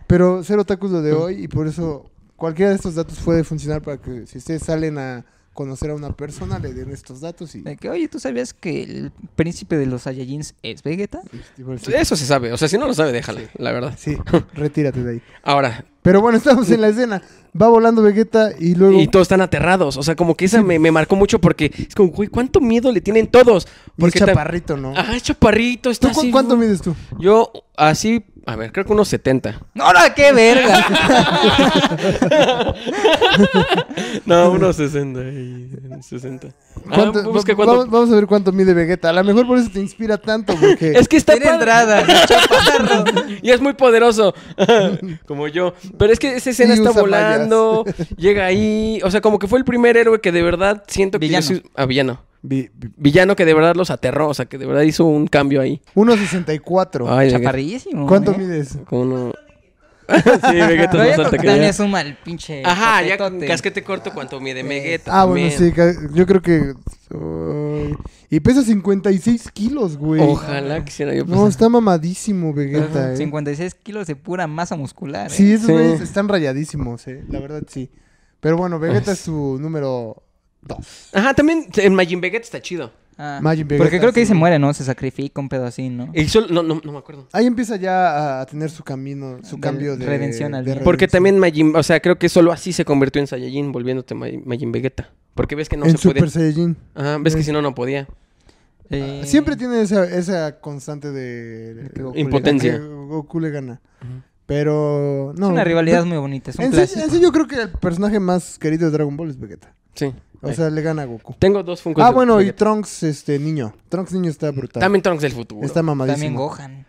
S2: pero cero tacos lo de
S3: Mm.
S2: hoy y por eso cualquiera de estos datos puede funcionar para que si ustedes salen a conocer a una persona le den estos datos y...
S1: De que, oye, ¿tú sabías que el príncipe de los Saiyajins es Vegeta?
S2: y por sí.
S3: Eso se sabe. O sea, si no lo sabe, déjala, la verdad.
S2: Sí, retírate de ahí.
S3: Ahora,
S2: Pero bueno, estamos en la escena. Va volando Vegeta y luego...
S3: y todos están aterrados. O sea, como que esa me, me marcó mucho porque es como, güey, ¿cuánto miedo le tienen todos?
S2: y es
S3: Porque ta-
S2: chaparrito, ¿no?
S3: Ajá, es chaparrito,
S2: ¿Tú
S3: está
S2: cu-
S3: así,
S2: cuánto
S3: güey.
S2: mides tú?
S3: Yo, así, a ver, creo que unos 70.
S1: ¡No, no, qué verga!
S3: No, unos 60. y- 60. Ah,
S2: ¿Cuánto-
S3: busca
S2: va-
S3: cuánto-
S2: Vamos, vamos a ver cuánto mide Vegeta. A lo mejor por eso te inspira tanto, porque...
S3: Es que está
S1: Tiene
S3: padre.
S1: entrada, chaparro.
S3: Y es muy poderoso, como yo. Pero es que esa escena
S2: Y
S3: está
S2: usa
S3: volando, llega ahí. O sea, como que fue el primer héroe que de verdad siento que...
S1: Villano.
S3: yo soy- Ah, villano.
S2: Vi- vi-
S3: Villano que de verdad los aterró, o sea, que de verdad hizo un cambio ahí.
S2: 1.64.
S3: Ay, Vegeta,
S1: Chaparrísimo.
S2: ¿Cuánto
S1: ¿eh?
S2: mides?
S3: como uno... sí, Vegeta
S1: Pero
S3: es
S1: ya eh,
S3: más alto que
S1: también
S3: yo.
S1: suma el pinche.
S3: Ajá, ya con
S1: copetote.
S3: casquete corto cuanto mide Vegeta.
S2: Ah, bueno,
S3: también.
S2: sí, ca- yo creo que... ay, y pesa 56 kilos, güey.
S3: Ojalá quisiera yo
S2: No,
S3: pensar.
S2: está mamadísimo Vegeta, eh.
S1: 56 kilos de pura masa muscular. ¿eh?
S2: Sí, esos
S3: Sí.
S2: güeyes están rayadísimos, eh. La verdad, sí. Pero bueno, Vegeta es su número 2.
S3: Ajá, también el Majin Vegeta está chido.
S1: Ah,
S2: Majin Vegeta,
S1: porque creo que ahí
S2: sí.
S1: se muere, ¿no? Se sacrifica un pedo así, ¿no?
S3: Y solo... No, no, no me acuerdo.
S2: Ahí empieza ya a- a tener su camino, su
S1: De
S2: cambio de...
S1: redención al
S2: de
S1: bien.
S3: Porque
S2: redención.
S3: también Majin... O sea, creo que solo así se convirtió en Saiyajin, volviéndote Majin, Majin Vegeta. Porque ves que no
S2: en
S3: se
S2: Super
S3: puede...
S2: Saiyajin.
S3: Ajá, ves que
S2: Sí.
S3: si no, no podía.
S1: Eh,
S2: Siempre tiene esa, esa constante de...
S1: De que Goku
S3: Impotencia.
S2: de que Goku le gana. Pero no.
S1: es una rivalidad muy bonita, es un
S2: En sí,
S1: clásico.
S2: en sí yo creo que el personaje más querido de Dragon Ball es Vegeta.
S3: Sí.
S2: O
S3: Ahí.
S2: sea, le gana a Goku.
S3: tengo dos Funko.
S2: Ah, bueno, y Trunks, este, niño. Trunks niño está brutal.
S3: Mm, También Trunks del futuro.
S2: Está mamadísimo.
S1: También Gohan.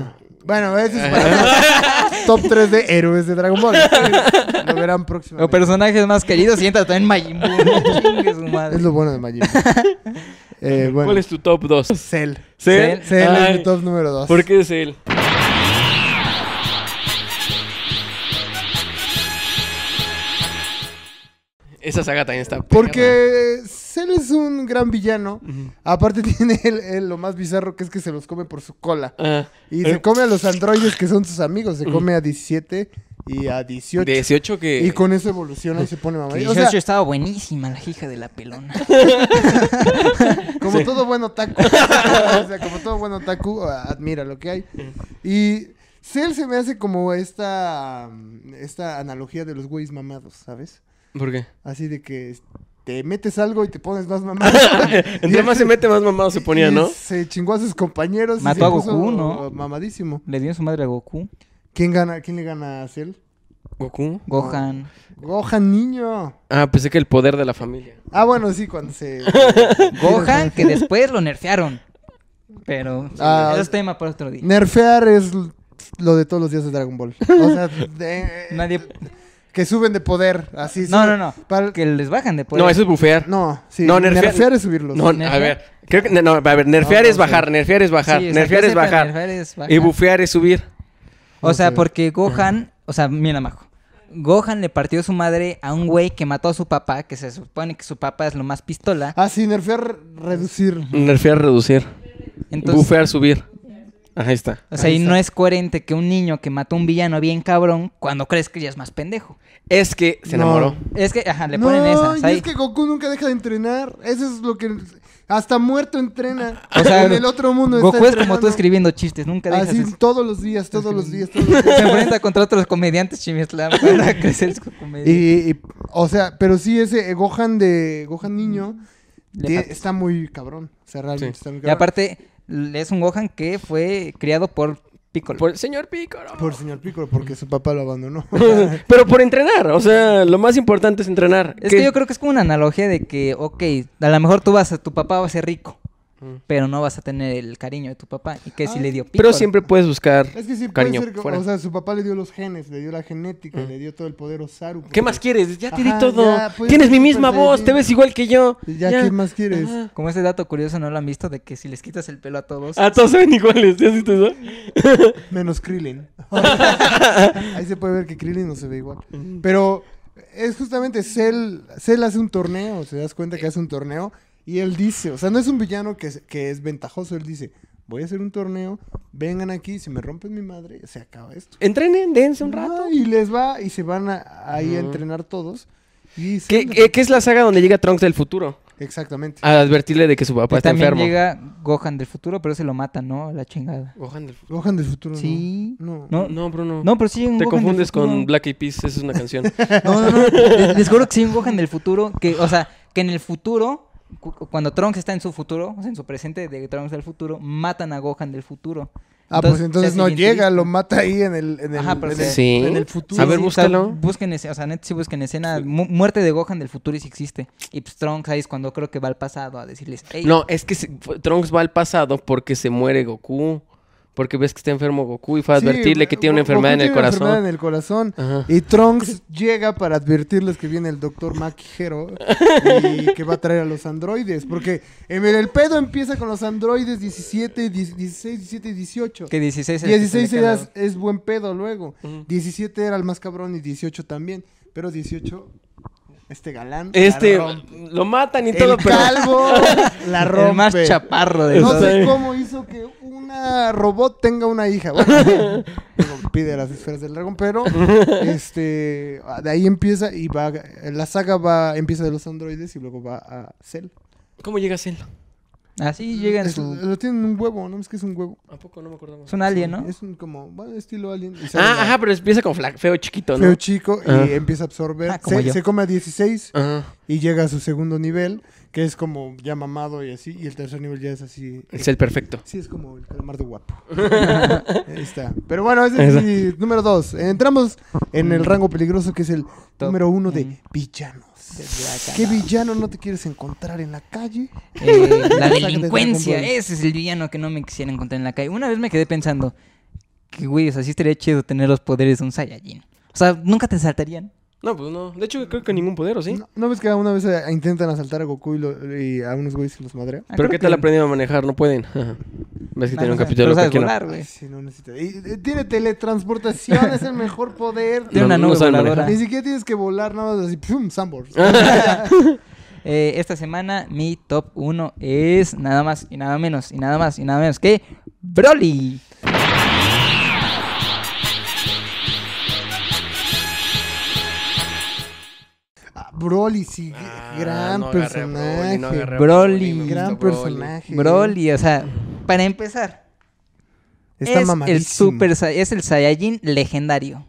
S2: Ah. Bueno, ese es para otro top 3 de héroes de Dragon Ball. Lo verán
S1: Los
S2: próximamente.
S1: personajes más queridos y entra también Majin Buu. ¿no? Chingue su madre.
S2: Es lo bueno de Majin. Buu. eh, bueno.
S3: ¿Cuál es tu top 2? ¿Cell?
S2: Cell.
S1: Cell.
S2: Cell es
S3: Ay,
S2: mi top número 2.
S3: ¿Por qué Cell? Esa saga también está.
S2: Porque Cell es un gran villano.
S3: Ujú.
S2: Aparte tiene el- el- lo más bizarro que es que se los come por su cola.
S3: perra. Ah,
S2: Y
S3: eh, Mm.
S2: se come a los androides que son sus amigos. Se come a 17 y a 18.
S3: 18 que.
S2: Y con eso evoluciona y se pone mamá.
S1: Que
S2: O sea,
S1: Shoshu estaba buenísima, la hija de la pelona.
S2: Como todo buen otaku. o sea, como todo buen otaku, a- admira lo que hay. Y Cell se me hace como esta, mm, esta analogía de los güeyes mamados, ¿sabes?
S3: ¿Por qué?
S2: Así de que te metes algo y te pones más mamado.
S3: Entre más se mete, más mamado se ponía,
S2: Y
S3: ¿no?
S2: Se chingó a sus compañeros. y
S1: Mató
S2: se
S1: a
S2: puso
S1: Goku, ¿no?
S2: Mamadísimo.
S1: Le dio su madre a Goku.
S2: ¿Quién, gana, ¿Quién le gana a Cell?
S3: Goku.
S1: Gohan.
S2: Gohan, niño.
S3: Ah, pensé que el poder de la familia.
S2: Ah, bueno, sí, cuando se...
S1: Gohan, que después lo nerfearon. Pero
S2: Ah.
S1: ese es tema para otro día.
S2: Nerfear es lo de todos los días de Dragon Ball. O sea, de-
S1: Nadie.
S2: Que suben de poder, así.
S1: No, no,
S2: suben-
S1: no.
S2: para-
S1: Que les bajan de poder.
S3: no, eso es bufear.
S2: No, sí.
S3: No, nerfear-
S2: nerfear, es subirlos.
S3: No,
S1: ¿Nerfear?
S3: a ver. Creo que, no, a ver, nerfear
S2: No,
S3: es
S2: no,
S3: bajar,
S2: sí.
S3: nerfear es bajar,
S1: Sí, o sea,
S3: nerfear
S1: que
S3: es
S1: sepa,
S3: bajar.
S1: nerfear es bajar.
S3: Y bufear es subir.
S1: O sea,
S2: Ok.
S1: porque Gohan, o sea, mira, Majo. Gohan le partió su madre a un güey que mató a su papá, que se supone que su papá es lo más pistola.
S2: Ah, sí, nerfear, reducir.
S3: Nerfear, reducir.
S1: Entonces,
S3: bufear, subir. Ajá, ahí está.
S1: o sea, y no es coherente que un niño que mató a un villano bien cabrón, cuando crees que ya es más pendejo.
S3: Es que se
S2: No.
S3: enamoró.
S1: Es que, ajá, Ah, le
S2: no,
S1: ponen esas.
S2: y
S1: ahí.
S2: es que Goku nunca deja de entrenar. Eso es lo que... Hasta muerto entrena.
S1: O sea,
S2: en el otro mundo
S1: Goku
S2: está
S1: es como tú
S2: entrenando. Ah,
S1: escribiendo chistes, nunca dejas.
S2: Así
S1: de-
S2: todos los días, todos los días, todos los días.
S1: Se enfrenta contra otros comediantes chimistla para crecer su comedia.
S2: Y, y- o sea, pero sí, ese eh, Gohan de... Gohan niño
S1: Le
S2: de-
S1: falta.
S2: está muy cabrón. O sea, realmente está muy
S1: Y
S2: cabrón.
S1: aparte, es un Gohan que fue criado por Piccolo.
S3: Por el señor Pícaro.
S2: Por señor Piccolo, porque su papá lo abandonó.
S3: Pero por entrenar, o sea, lo más importante es entrenar.
S1: Es
S3: ¿Qué?
S1: que yo creo que es como una analogía de que, ok, a lo mejor tú vas a, tu papá va a ser rico, pero no vas a tener el cariño de tu papá. ¿Y que si
S2: Ah.
S1: le dio
S3: Mm. Pero
S1: Piccolo?
S3: siempre puedes buscar
S2: Es que sí, puede
S3: cariño
S2: ser, que-
S3: fuera. Ah.
S2: o sea, su papá le dio los genes, le dio la genética, le dio todo el poder Osaru.
S3: ¿Qué más quieres? Ya te di
S2: Ajá,
S3: todo.
S2: ya, puedes
S3: Tienes
S2: ser
S3: mi
S2: Super
S3: misma voz,
S2: Saiyajin.
S3: te ves igual que yo.
S2: Pues Ya, ¿qué más quieres?
S3: Ajá.
S1: Como ese dato curioso, ¿no lo han visto? De que si les quitas el pelo a todos...
S3: Ah, todos se ven iguales, ¿ya viste eso?
S2: Menos Krillin. Ahí se puede ver que Krillin no se ve igual. Pero es justamente Cell, Cell hace un torneo, se das cuenta que hace un torneo y él dice, o sea, no es un villano que, es- que es ventajoso, él dice, voy a hacer un torneo, vengan aquí, si me rompen mi madre, se acaba esto.
S3: Entrenen, dense un rato.
S2: Ah, y les va y se van a- ahí a entrenar todos. Y
S3: ¿Qué,
S2: Cell-
S3: qué- qué es la saga donde llega Trunks del futuro?
S2: Exactamente.
S3: A advertirle de que su papá
S1: Y
S3: pues está
S1: también
S3: enfermo.
S1: llega Gohan del futuro, pero se lo mata, ¿no? A La chingada.
S3: Gohan del futuro.
S2: Gohan del futuro. ¿no?
S1: Sí.
S2: No.
S1: No, no,
S3: No, Bruno.
S1: pero sí hay un
S3: Te
S1: Gohan del
S3: confundes con
S1: futuro.
S3: Black Eyed Peas, esa es una canción.
S1: No, no, no. Les, les juro que sí hay un Gohan del futuro. Que, o sea, que en el futuro, cu- cuando Trunks está en su futuro, o sea, en su presente de Trunks del futuro, matan a Gohan del futuro.
S2: Ah, pues
S1: se
S2: entonces
S1: hace
S2: no
S1: bien
S2: llega,
S1: triste.
S2: lo mata ahí en el, en el,
S1: Ajá, pero
S2: en
S1: sí.
S2: el-
S3: Sí.
S2: en el futuro.
S3: A ver,
S1: o sea,
S3: búscalo.
S1: busquen ese- o sea, neta, sí busquen escena. mu- muerte de Gohan del futuro y si existe. Y pues, Trunks ahí es cuando creo que va al pasado a decirles, "Ey,
S3: No, es que se- fue- Trunks va al pasado porque se muere Goku. Porque ves que está enfermo Goku y fue a
S2: Sí,
S3: advertirle que tiene una
S2: Goku
S3: enfermedad en
S2: tiene
S3: el
S2: una enfermedad
S3: corazón.
S2: en el corazón.
S3: Ajá.
S2: Y Trunks llega para advertirles que viene el doctor Maquijero y que va a traer a los androides. Porque en el, el pedo empieza con los androides 17, 10, 16, 17 y 18.
S1: que 16 es el que se le
S2: 16
S1: queda".
S2: eras- es buen pedo luego. 17 era el más cabrón y 18 también. Pero 18, este galán. la
S3: Este,
S2: rompe.
S3: lo matan y todo,
S2: El
S3: pero...
S2: calvo la rompe.
S1: El más chaparro de
S2: No
S1: todos.
S2: sé cómo hizo que una robot tenga una hija. Bueno, digo, pide las esferas del dragón, pero este de ahí empieza y va la saga va empieza de los androides y luego va a Cell.
S3: ¿Cómo llega Cell?
S1: Así llega en
S2: Es-
S1: su.
S2: Lo tienen en un huevo, no es que es un huevo.
S3: ¿A poco no me acordaba?
S1: Es un alien, ¿no?
S2: Es un como bueno, estilo alien. y sale
S3: Ah,
S2: la-
S3: ajá, pero empieza con fla- feo chiquito, ¿no?
S2: Feo chico y
S3: Ah.
S2: empieza a absorber.
S1: Ah, como
S2: se,
S1: yo.
S2: se come a 16
S3: Ajá.
S2: y llega a su segundo nivel, que es como ya mamado y así, y el tercer nivel ya es así.
S3: Es el perfecto.
S2: Sí, es como el calamar de guapo. Ahí está. Pero bueno, ese es mi número dos. Entramos en el rango peligroso que es el
S1: Top.
S2: número uno de
S1: Mm.
S2: villanos.
S1: Black
S2: ¿Qué
S1: Adam.
S2: villano no te quieres encontrar en la calle?
S1: Eh, la
S2: Saca de
S1: delincuencia,
S2: Dragon Ball.
S1: ese es el villano que no me quisiera encontrar en la calle. Una vez me quedé pensando que, güey, o sea, sí estaría chido tener los poderes de un Saiyajin. O sea, nunca te saltarían.
S3: No, pues no. De hecho, creo que ningún poder, ¿o sí?
S2: ¿No, no ves que una vez eh, intentan asaltar a Goku y, lo- y a unos güeyes se los madrea?
S1: Ah,
S3: Pero
S1: creo
S3: ¿qué tal
S1: que-
S3: aprendieron a manejar? No pueden. Ves que
S1: No,
S3: tiene un
S1: no sé,
S3: capítulo
S1: pero sabes
S3: que no.
S1: volar, güey.
S2: Ay, sí, no necesita. y- y tiene teletransportación, es el mejor poder.
S1: Tiene una
S3: No, no
S1: nube
S3: saben
S1: voladora.
S2: Ni siquiera tienes que volar, nada más así, ¡pum! Sambor.
S1: Ah. Eh, esta semana mi top 1 es nada más y nada menos y nada más y nada menos que Broly.
S2: Broly, sí,
S3: Ah,
S2: gran
S3: no agarré a
S2: personaje.
S3: Broly, no agarré a
S1: Broly,
S3: me
S1: gran
S3: gustó
S2: gran personaje.
S1: Broly, o sea, para empezar,
S2: Está
S1: es
S2: mamadísimo.
S1: el super Sai- es el Saiyajin legendario.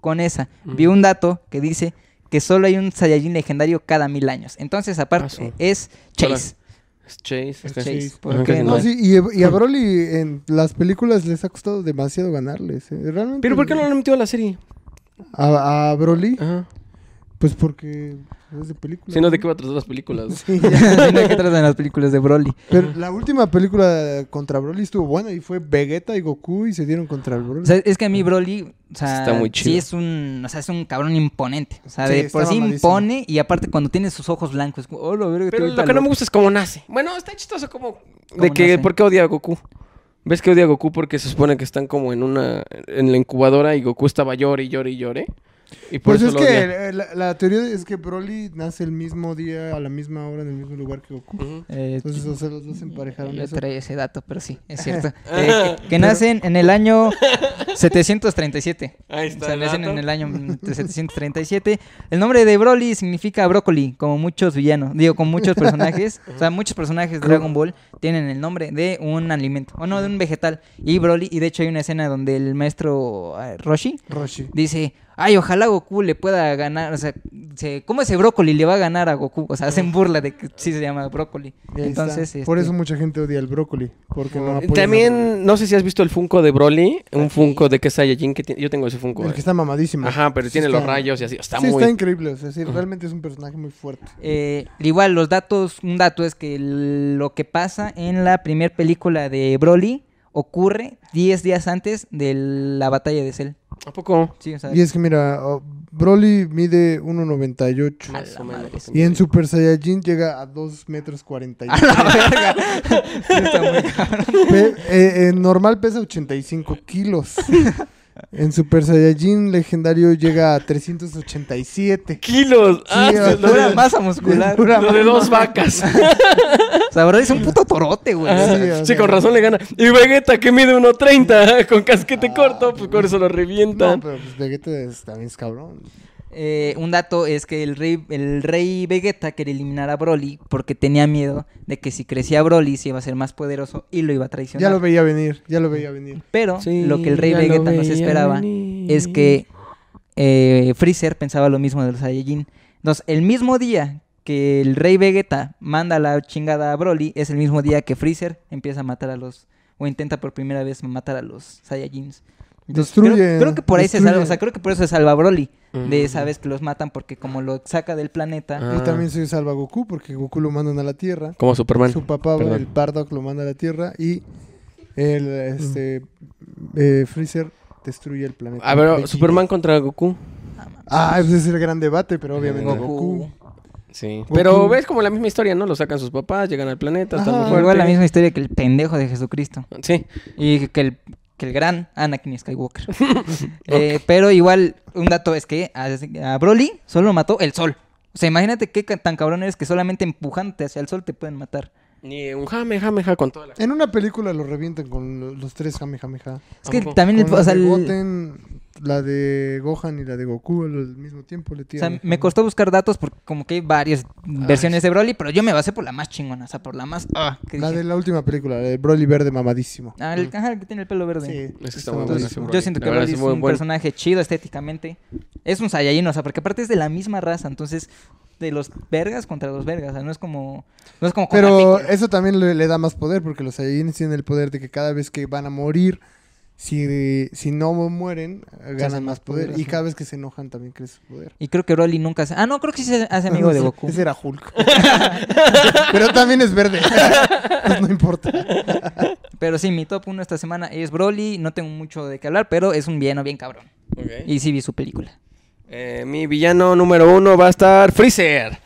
S1: Con esa
S3: Mm.
S1: vi un dato que dice que solo hay un Saiyajin legendario cada mil años. Entonces, aparte
S3: Ah, su-
S1: es Chase.
S3: Es Chase.
S1: Es
S3: este.
S1: Chase,
S3: Ajá,
S1: porque
S3: casi
S1: no-
S2: No,
S3: hay.
S2: sí, y, y a Broly en las películas les ha costado demasiado ganarles. eh, Realmente.
S3: Pero ¿por qué no lo han metido a la serie?
S2: A, a Broly,
S3: Ajá.
S2: pues porque es de película.
S3: Si no, ¿de qué va a tratar las películas?
S2: Sí, ya.
S1: Mira que atrás en las películas de Broly.
S2: Pero la última película contra Broly estuvo buena y fue Vegeta y Goku y se dieron contra el Broly.
S1: O sea, es que a mí Broly, o sea,
S3: Está muy
S1: sí
S3: chido.
S1: es un, o sea, es un cabrón imponente. O sea,
S2: Sí,
S1: de
S2: está
S1: por sí
S2: mamadísimo.
S1: impone y aparte cuando tiene sus ojos blancos, es como, oh, la verga,
S3: Pero
S1: ahorita
S3: lo que no
S1: lo-
S3: me gusta es cómo nace. Bueno, está chistoso como... De
S1: ¿Cómo
S3: que,
S1: nace?
S3: ¿por qué odia a Goku? ¿Ves que odia a Goku? Porque se supone que están como en una... En la incubadora y Goku estaba llore y llore y llore. Y por
S2: pues
S3: eso
S2: es
S3: lo
S2: que
S3: odia.
S2: eh, la, la teoría es que Broly nace el mismo día, a la misma hora, en el mismo lugar que Goku.
S3: Ujú.
S1: Eh,
S2: Entonces o sea, los dos emparejaron
S1: yo
S2: eso.
S1: traía ese dato, pero sí, es cierto. Eh, que, que nacen en el año 737.
S3: Ahí
S1: O
S3: está
S1: sea,
S3: el
S1: nacen
S3: dato.
S1: en el año 737. El nombre de Broly significa brócoli, como muchos villanos. Digo, con muchos personajes. o sea, muchos personajes de Dragon Ball tienen el nombre de un alimento. O no, de un vegetal. Y Broly, y de hecho hay una escena donde el maestro eh, Roshi
S2: Roshi.
S1: dice, ay, ojalá Goku le pueda ganar, o sea, se- ¿cómo ese brócoli le va a ganar a Goku? O sea, hacen burla de que sí se llama brócoli.
S2: Y ahí
S1: Entonces,
S2: está. por
S1: este,
S2: eso mucha gente odia el brócoli, porque no apoyan a Broly.
S3: También, no sé si has visto el Funko de Broly. Un Funko de que es Saiyajin que tiene... Yo tengo ese Funko.
S2: el que
S3: eh.
S2: está mamadísimo.
S3: Ajá, pero
S2: Sí
S3: tiene los
S2: está-
S3: rayos y así. Está
S2: sí,
S3: muy...
S2: está increíble. O sea, sí, realmente es un personaje muy fuerte.
S1: eh, igual los datos, un dato es que el- lo que pasa en la primera película de Broly ocurre 10 días antes de la batalla de Cell.
S3: ¿A poco?
S1: Sí, o sea,
S2: Y es que mira, oh, Broly mide 1.98.
S1: A la madre.
S2: Y en Super Saiyajin llega a 2 metros 48.
S1: está muy cabrón.
S2: Pe- eh, eh, normal pesa 85 kilos. En Super Saiyajin legendario llega a 387.
S3: ¡Kilos! ¡Ah!
S2: Sí,
S3: lo
S1: Pura
S3: de,
S1: masa muscular.
S2: Pura
S3: lo de dos vacas.
S1: O sea, Broly es un puto torote, güey.
S3: Ah,
S1: O sea,
S2: Sí, o
S3: sí,
S2: sea.
S3: con razón le gana. Y Vegeta, que mide 1.30, con
S1: Ah,
S3: casquete corto, pues con eso lo revienta.
S2: No, pero pues Vegeta es- también es cabrón.
S1: Eh, un dato es que el rey, el rey Vegeta quería eliminar a Broly porque tenía miedo de que si crecía Broly se iba a ser más poderoso y lo iba a traicionar.
S2: Ya lo veía venir, ya lo veía venir.
S1: Pero
S3: Sí,
S1: lo que el rey
S3: ya lo
S1: Vegeta no se
S3: veía
S1: esperaba
S3: venir.
S1: es que eh, Freezer pensaba lo mismo de los Saiyajin. Entonces, el mismo día que el rey Vegeta manda la chingada a Broly es el mismo día que Freezer empieza a matar a los o intenta por primera vez matar a los Saiyajins. Entonces, creo-
S2: Destruye,
S1: creo, que por ahí se
S2: destruye.
S1: salva, o sea, creo que por eso se salva Broly de
S3: Mm.
S1: esa vez que los matan porque como lo saca del planeta,
S2: Yo
S3: Ah.
S2: también soy salva Goku porque Goku lo mandan a la Tierra.
S3: Como Superman.
S2: Su papá,
S3: Perdón.
S2: el Bardock, lo manda a la Tierra y el este eh, Freezer destruye el planeta.
S3: A ver,
S2: Vegeta.
S3: Mm. Ah, Superman contra Goku.
S2: Ah, pues es el gran debate, pero obviamente
S1: Goku.
S2: Goku.
S3: Sí.
S2: Goku.
S3: Pero ves como la misma historia, ¿no? Lo sacan sus papás, llegan al planeta, están
S2: Ajá.
S3: muy
S1: igual la
S3: fuertes.
S1: misma historia que el pendejo de Jesucristo.
S3: Sí.
S1: Y que el, que el gran Anakin Skywalker. Eh, pero igual, un dato es que a, a Broly solo lo mató el sol. O sea, imagínate qué ca- tan cabrón eres que solamente empujándote hacia el sol te pueden matar.
S3: Ni un jame, jame, ja con toda la...
S2: En una película lo revientan con los tres jamejameja.
S1: Es que
S3: Ojo,
S1: también el-
S2: Con
S1: o sea,
S2: la de
S1: el-
S2: Goten, la de Gohan y la de Goku al mismo tiempo le
S1: o
S2: tiran.
S1: sea, me costó buscar datos porque como que hay varias versiones de Broly, pero yo me basé por la más chingona, o sea, por la más... Ah, que
S2: La
S1: dije,
S2: de la última película, la de Broly verde mamadísimo.
S1: ah, el, ajá, el que tiene el pelo verde.
S2: Sí,
S3: que está
S2: está
S3: muy
S1: Entonces,
S2: mamadísimo.
S3: buenísimo.
S1: yo siento
S3: La
S1: que
S3: verdad,
S1: Broly
S3: es
S1: es
S3: muy
S1: un
S3: bueno.
S1: personaje chido estéticamente. Es un Saiyajin, o sea, porque aparte es de la misma raza, entonces de los vergas contra los vergas. O sea, no es como. No es como con
S2: Pero
S1: Piccolo.
S2: eso también le, le da más poder, porque los Saiyajins tienen el poder de que cada vez que van a morir, si, si no mueren, ganan
S1: hacen
S2: más
S1: más
S2: poder.
S1: poderosos.
S2: Y cada vez que se enojan también crece su poder.
S1: Y creo que Broly nunca se... Ah, no, creo que sí se hace amigo de Goku.
S2: Ese era Hulk. Pero también es verde. Pues no importa.
S1: Pero sí, mi top 1 esta semana es Broly. No tengo mucho de qué hablar, pero es un villano bien cabrón.
S3: Ok.
S1: Y sí vi su película.
S3: Eh, mi villano número uno va a estar Freezer.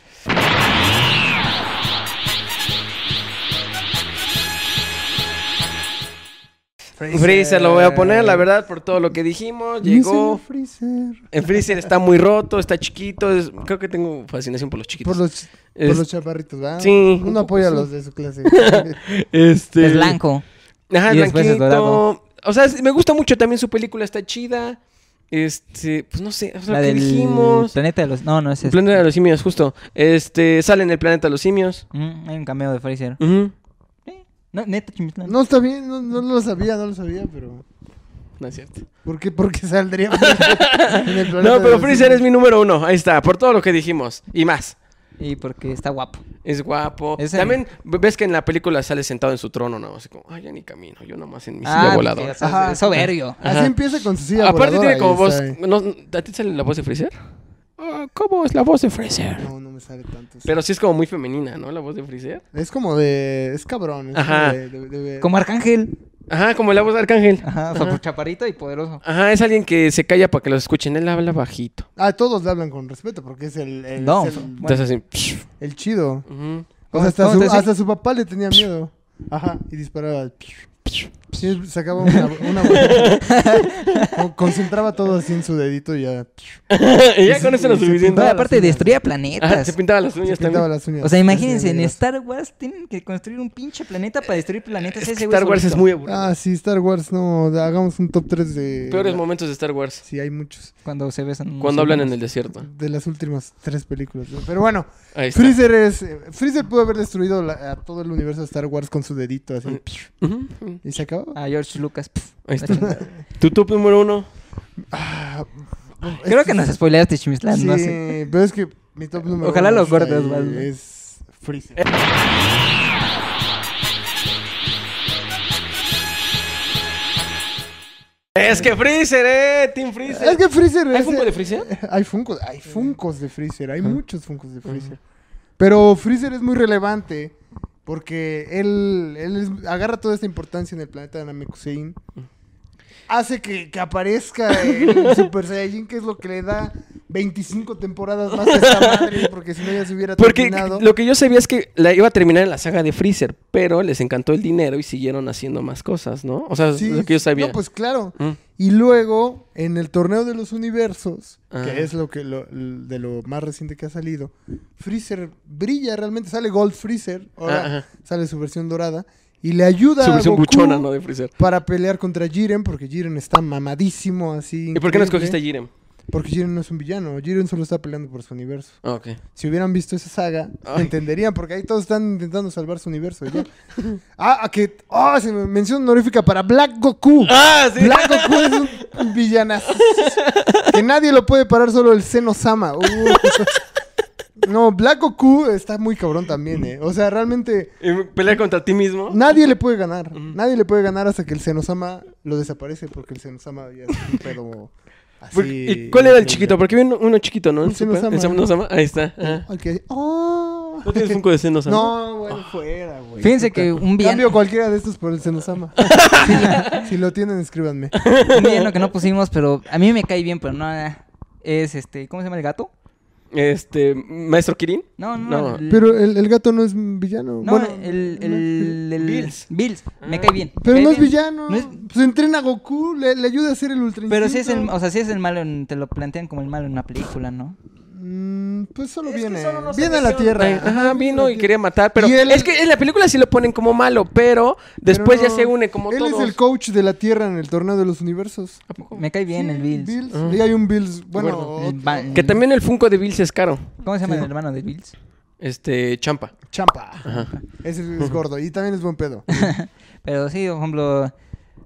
S3: Freezer lo voy a poner, la verdad, por todo lo que dijimos.
S2: Mi señor
S3: Llegó.
S2: Freezer.
S3: El Freezer está muy roto, está chiquito. es- creo que tengo fascinación por los chiquitos.
S2: Por los, por
S3: Es-
S2: los chaparritos, ¿verdad?
S3: Sí, un
S2: Uno apoya a
S3: poco,
S2: los
S3: sí.
S2: de su clase.
S3: Este...
S1: Es blanco.
S3: Ajá,
S1: Y
S3: es
S1: después es
S3: blanquito.
S1: dorado.
S3: O sea, es- me gusta mucho también su película, está chida. Este, pues no sé, o sea,
S1: La
S3: ¿qué
S1: del
S3: dijimos?
S1: planeta de los... No, no es
S3: El
S1: este.
S3: planeta de los simios, justo. Este, sale en el planeta de los simios.
S1: Mm, hay un cameo de Fraser.
S3: Ujú.
S1: Eh, No, neta, Chimitlán.
S2: No, está bien. No, no lo sabía, no lo sabía, pero...
S3: No es cierto.
S2: ¿Por qué, por qué saldría Freezer en el planeta
S3: No,
S2: de
S3: pero
S2: los
S3: Freezer es
S2: simios?
S3: mi número uno. Ahí está, por todo lo que dijimos. Y más.
S1: Y porque está guapo.
S3: Es guapo.
S1: Es el-
S3: También ves que en la película sale sentado en su trono, nada más. Como, ay, ya ni camino. Yo nada más en mi silla
S1: Ah,
S3: voladora.
S1: porque, o sea,
S2: Ajá.
S1: es soberbio.
S2: Así
S3: Ajá.
S2: empieza con su silla
S3: Aparte
S2: voladora
S3: tiene como
S2: y
S3: voz.
S2: está ahí.
S3: ¿no? ¿A ti sale la voz de Freezer? Ah, ¿Cómo es la voz de Freezer?
S2: No, no me sale tanto. sí.
S3: Pero sí es como muy femenina, ¿no? La voz de Freezer.
S2: Es como de... Es cabrón. Es
S3: Ajá.
S2: Como de, de- de-
S1: Como Arcángel.
S3: Ajá, como la voz de Arcángel.
S2: Ah.
S1: Ajá, o sea,
S3: pues
S1: por chaparrito y poderoso.
S3: Ajá, es alguien que se calla para que los escuchen. Él habla bajito.
S2: Ah, todos le hablan con respeto porque es el... el-
S1: No.
S2: es el,
S1: Bueno.
S3: Entonces así. psh,
S2: el chido.
S3: ujú.
S2: O
S1: ¿Cómo-
S2: sea, hasta,
S1: cómo
S2: su,
S1: te decía?
S2: hasta su papá le tenía miedo. Ajá. Y disparaba. Sí, sacaba una, una bolita. Con- Concentraba todo así en su dedito y ya.
S3: Y ya con eso lo
S2: Y se
S1: No,
S3: suficiente.
S2: pintaba
S1: aparte
S2: las uñas.
S1: destruía
S3: Ajá, se
S1: planetas.
S3: pintaba las uñas
S2: Se pintaba
S3: también.
S2: las uñas.
S1: O sea, imagínense, en
S2: Negras.
S1: Star Wars tienen que construir un pinche planeta para destruir planetas. Ese güey
S3: Star Wars es
S1: solito.
S3: muy aburrido.
S2: Ah, sí, Star Wars, no. da- Hagamos un top 3 de.
S3: Peores momentos de Star Wars.
S2: Sí, hay muchos.
S1: Cuando se besan. unos
S3: Cuando hablan en
S1: humanos.
S3: el desierto.
S2: De las últimas tres películas. ¿no? Pero bueno,
S3: Ahí está.
S2: Freezer es. eh, Freezer pudo haber destruido la- a todo el universo de Star Wars con su dedito
S1: Mm.
S2: así.
S3: Ujú, ujú.
S2: Y se acababa.
S1: A Ah, George Lucas. pf, la
S3: Ahí está.
S1: chingada.
S3: Tu top número uno.
S2: Ah,
S1: Creo que nos spoileaste, Chimislán.
S2: Sí,
S1: No sé.
S2: pero es que mi top número
S1: Ojalá
S2: uno
S1: lo
S2: está
S1: guardes,
S2: ahí,
S1: Osvaldo.
S2: Es Freezer.
S3: Es que Freezer, eh. Team Freezer.
S2: Es que Freezer
S3: ¿Hay
S2: es-
S3: Funko de Freezer?
S2: Hay Funkos, hay Funkos de Freezer, hay muchos Funkos de Freezer. Pero Freezer es muy relevante porque él, él es- agarra toda esta importancia en el planeta de Namekusein.
S3: Mm.
S2: Hace que, que aparezca el Super Saiyajin, que es lo que le da 25 temporadas más a esta madre, porque si no ya se hubiera
S3: Porque
S2: terminado.
S3: lo que yo sabía es que la iba a terminar en la saga de Freezer, pero les encantó el dinero y siguieron haciendo más cosas, ¿no? O sea,
S2: Sí,
S3: es lo que yo sabía.
S2: No, pues claro.
S3: Mm.
S2: Y luego, en el torneo de los universos,
S3: Ah.
S2: que es lo que lo- de lo más reciente que ha salido, Freezer brilla realmente, sale Gold Freezer, ahora
S3: Ah, ajá.
S2: sale su versión dorada, y le ayuda
S3: Su
S2: a
S3: versión
S2: Goku
S3: buchona, ¿no? De Freezer.
S2: para pelear contra Jiren, porque Jiren está mamadísimo así.
S3: ¿Y por qué
S2: increíble,
S3: no escogiste a Jirem?
S2: Porque Jiren no es un villano, Jiren solo está peleando por su universo.
S3: Ah, ok.
S2: Si hubieran visto esa saga,
S3: Ay.
S2: entenderían, porque ahí todos están intentando salvar su universo. ya. ah, a que. ¡Ah! se me menciona honorífica para Black Goku.
S3: ¡Ah, sí!
S2: Black Goku es un villanazo. que nadie lo puede parar, solo el Seno Sama. Uh. No, Black Goku está muy cabrón también, ¿eh? O sea, realmente
S3: Y pelear contra ti mismo.
S2: nadie le puede ganar. Nadie le puede ganar hasta que el Senosama lo desaparece, porque el Senosama ya es un pedo
S3: Por-
S2: así.
S3: ¿Y cuál era el chiquito? Porque había uno, uno chiquito, ¿no?
S2: Un
S3: El Super-
S2: Senosama.
S3: el Senosama. Ahí está. ajá.
S2: Al que- ¡Oh!
S3: ¿No tienes Funko de Senosama?
S2: No, bueno, fuera, güey.
S1: Fíjense
S2: Puta.
S1: que un
S2: Cambio
S1: villano,
S2: cualquiera de estos por el Senosama. si, si lo tienen, escríbanme.
S1: un villano que no pusimos, pero a mí me cae bien, pero no. eh, Es este. ¿Cómo se llama el gato?
S3: Este, Maestro Kirin.
S1: No, no.
S3: No.
S1: el-
S2: Pero el, el gato no es un villano.
S1: No,
S2: bueno,
S1: el,
S2: no es-
S1: el, el-
S3: Bills. Ah.
S1: Bills. Me cae bien.
S2: Pero
S1: Me
S2: no
S1: cae
S2: es
S1: bien.
S2: villano.
S1: No es-
S2: Pues entrena a Goku, le, le ayuda a ser el ultra
S1: Pero sí es el,
S2: instinto.
S1: o sea, sí es el malo, en- te lo plantean como el malo en una película, ¿no?
S2: Mm, pues solo
S3: Es que
S2: viene.
S3: solo no se
S2: viene a la
S3: menciona.
S2: tierra.
S3: Ajá, vino y quería matar, pero
S2: Y él
S3: es
S2: es-
S3: que en la película sí lo ponen como malo, pero después
S2: Pero
S3: ya
S2: no,
S3: se une como
S2: Él
S3: todos.
S2: es el coach de la tierra en el torneo de los universos.
S1: Me cae bien el Bills.
S2: Ah, Bills. Ah. Y hay un Bills. Bueno,
S3: Gordo.
S1: El
S2: otro-
S1: ba-
S3: Que también el Funko de Bills es caro.
S1: ¿Cómo se llama
S2: Sí.
S1: el hermano de Bills?
S3: Este, Champa.
S2: Champa. Ese es gordo. Y también es buen pedo.
S1: Pero sí, por ejemplo,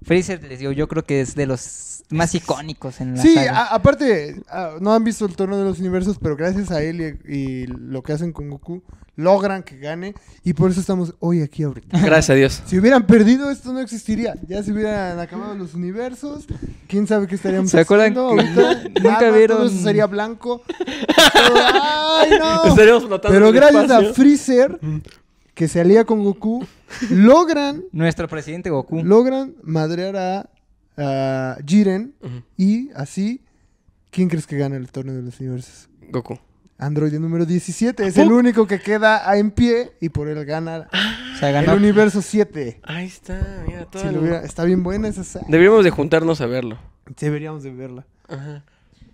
S1: Freezer, les digo, yo creo que es de los más icónicos en la
S2: Sí,
S1: saga.
S2: a- aparte, ah, no han visto el torneo de los universos, pero gracias a él y, y lo que hacen con Goku, logran que gane. Y por eso estamos hoy aquí ahorita.
S3: Gracias a Dios.
S2: Si hubieran perdido, esto no existiría. Ya se hubieran acabado los universos. ¿Quién sabe qué estaríamos
S1: ¿Se acuerdan
S2: haciendo
S1: que
S2: ahorita?
S1: nunca
S2: Nada, Todo
S1: vieron-
S2: eso sería blanco. Todo- ¡Ay, no!
S3: Estaríamos flotando.
S2: Pero
S3: en el
S2: gracias
S3: espacio.
S2: a Freezer, que se alía con Goku, logran,
S1: Nuestro presidente Goku.
S2: logran madrear a, a Jiren.
S3: Ujú.
S2: Y así, ¿quién crees que gana el torneo de los universos?
S3: Goku.
S2: Android número 17 es el único que queda a- en pie y por él gana
S3: Ah,
S1: O sea,
S2: el
S1: ganó.
S2: universo 7.
S3: Ahí está, mira, todo.
S2: Si
S3: el-
S2: lo hubiera- está bien buena esa saga.
S3: Deberíamos de juntarnos a verlo.
S2: Deberíamos de verla.
S3: Ajá.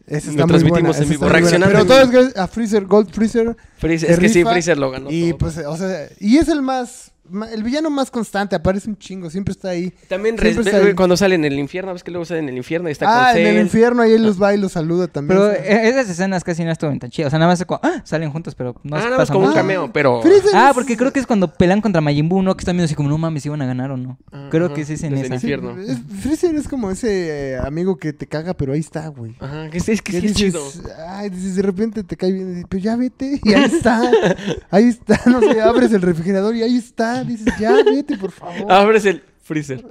S2: Esa está
S3: Lo
S2: muy buena.
S3: transmitimos en
S2: esa está
S3: vivo,
S2: muy buena.
S3: reaccionando
S2: Pero
S3: en
S2: todo es
S3: vivo.
S2: gracias a Freezer, Gold Freezer.
S3: Freezer,
S2: se
S3: es que sí,
S2: rifa
S3: Freezer lo ganó.
S2: Y
S3: todo.
S2: pues, o sea, y es el más, ma- el villano más constante, aparece un chingo, siempre está ahí.
S3: También
S2: siempre
S3: respe-
S2: está ahí.
S3: cuando sale en el infierno, ves que luego sale en el infierno y está
S2: ah,
S3: con
S2: en el
S3: Cell.
S2: infierno ahí él los va y los saluda también.
S1: Pero
S2: o sea.
S1: eh, esas escenas casi no estuvieron tan chidas. O sea, nada más se co- ¡ah! salen juntos, pero no
S3: ah,
S1: se
S3: nada más
S1: pasa
S3: como un
S1: mucho.
S3: cameo, pero.
S2: Freezer
S1: Ah,
S2: es-
S1: porque creo que es cuando pelan contra Majin Buu, ¿no? Que están viendo así como, no mames, iban a ganar o no.
S3: Ah,
S1: creo
S3: ajá,
S1: que sí es en
S3: desde
S1: esa.
S3: el infierno.
S2: Es- Freezer es como ese eh, amigo que te caga, pero ahí está, güey.
S3: Ajá, que sí, es que
S2: Que
S3: sí es
S2: dices,
S3: chido.
S2: Ay, dices, de repente te cae bien, y dices, pero ya vete, y ahí está, ahí está, no sé, abres el refrigerador y ahí está, dices, ya vete, por favor.
S3: Abres Ah, el freezer.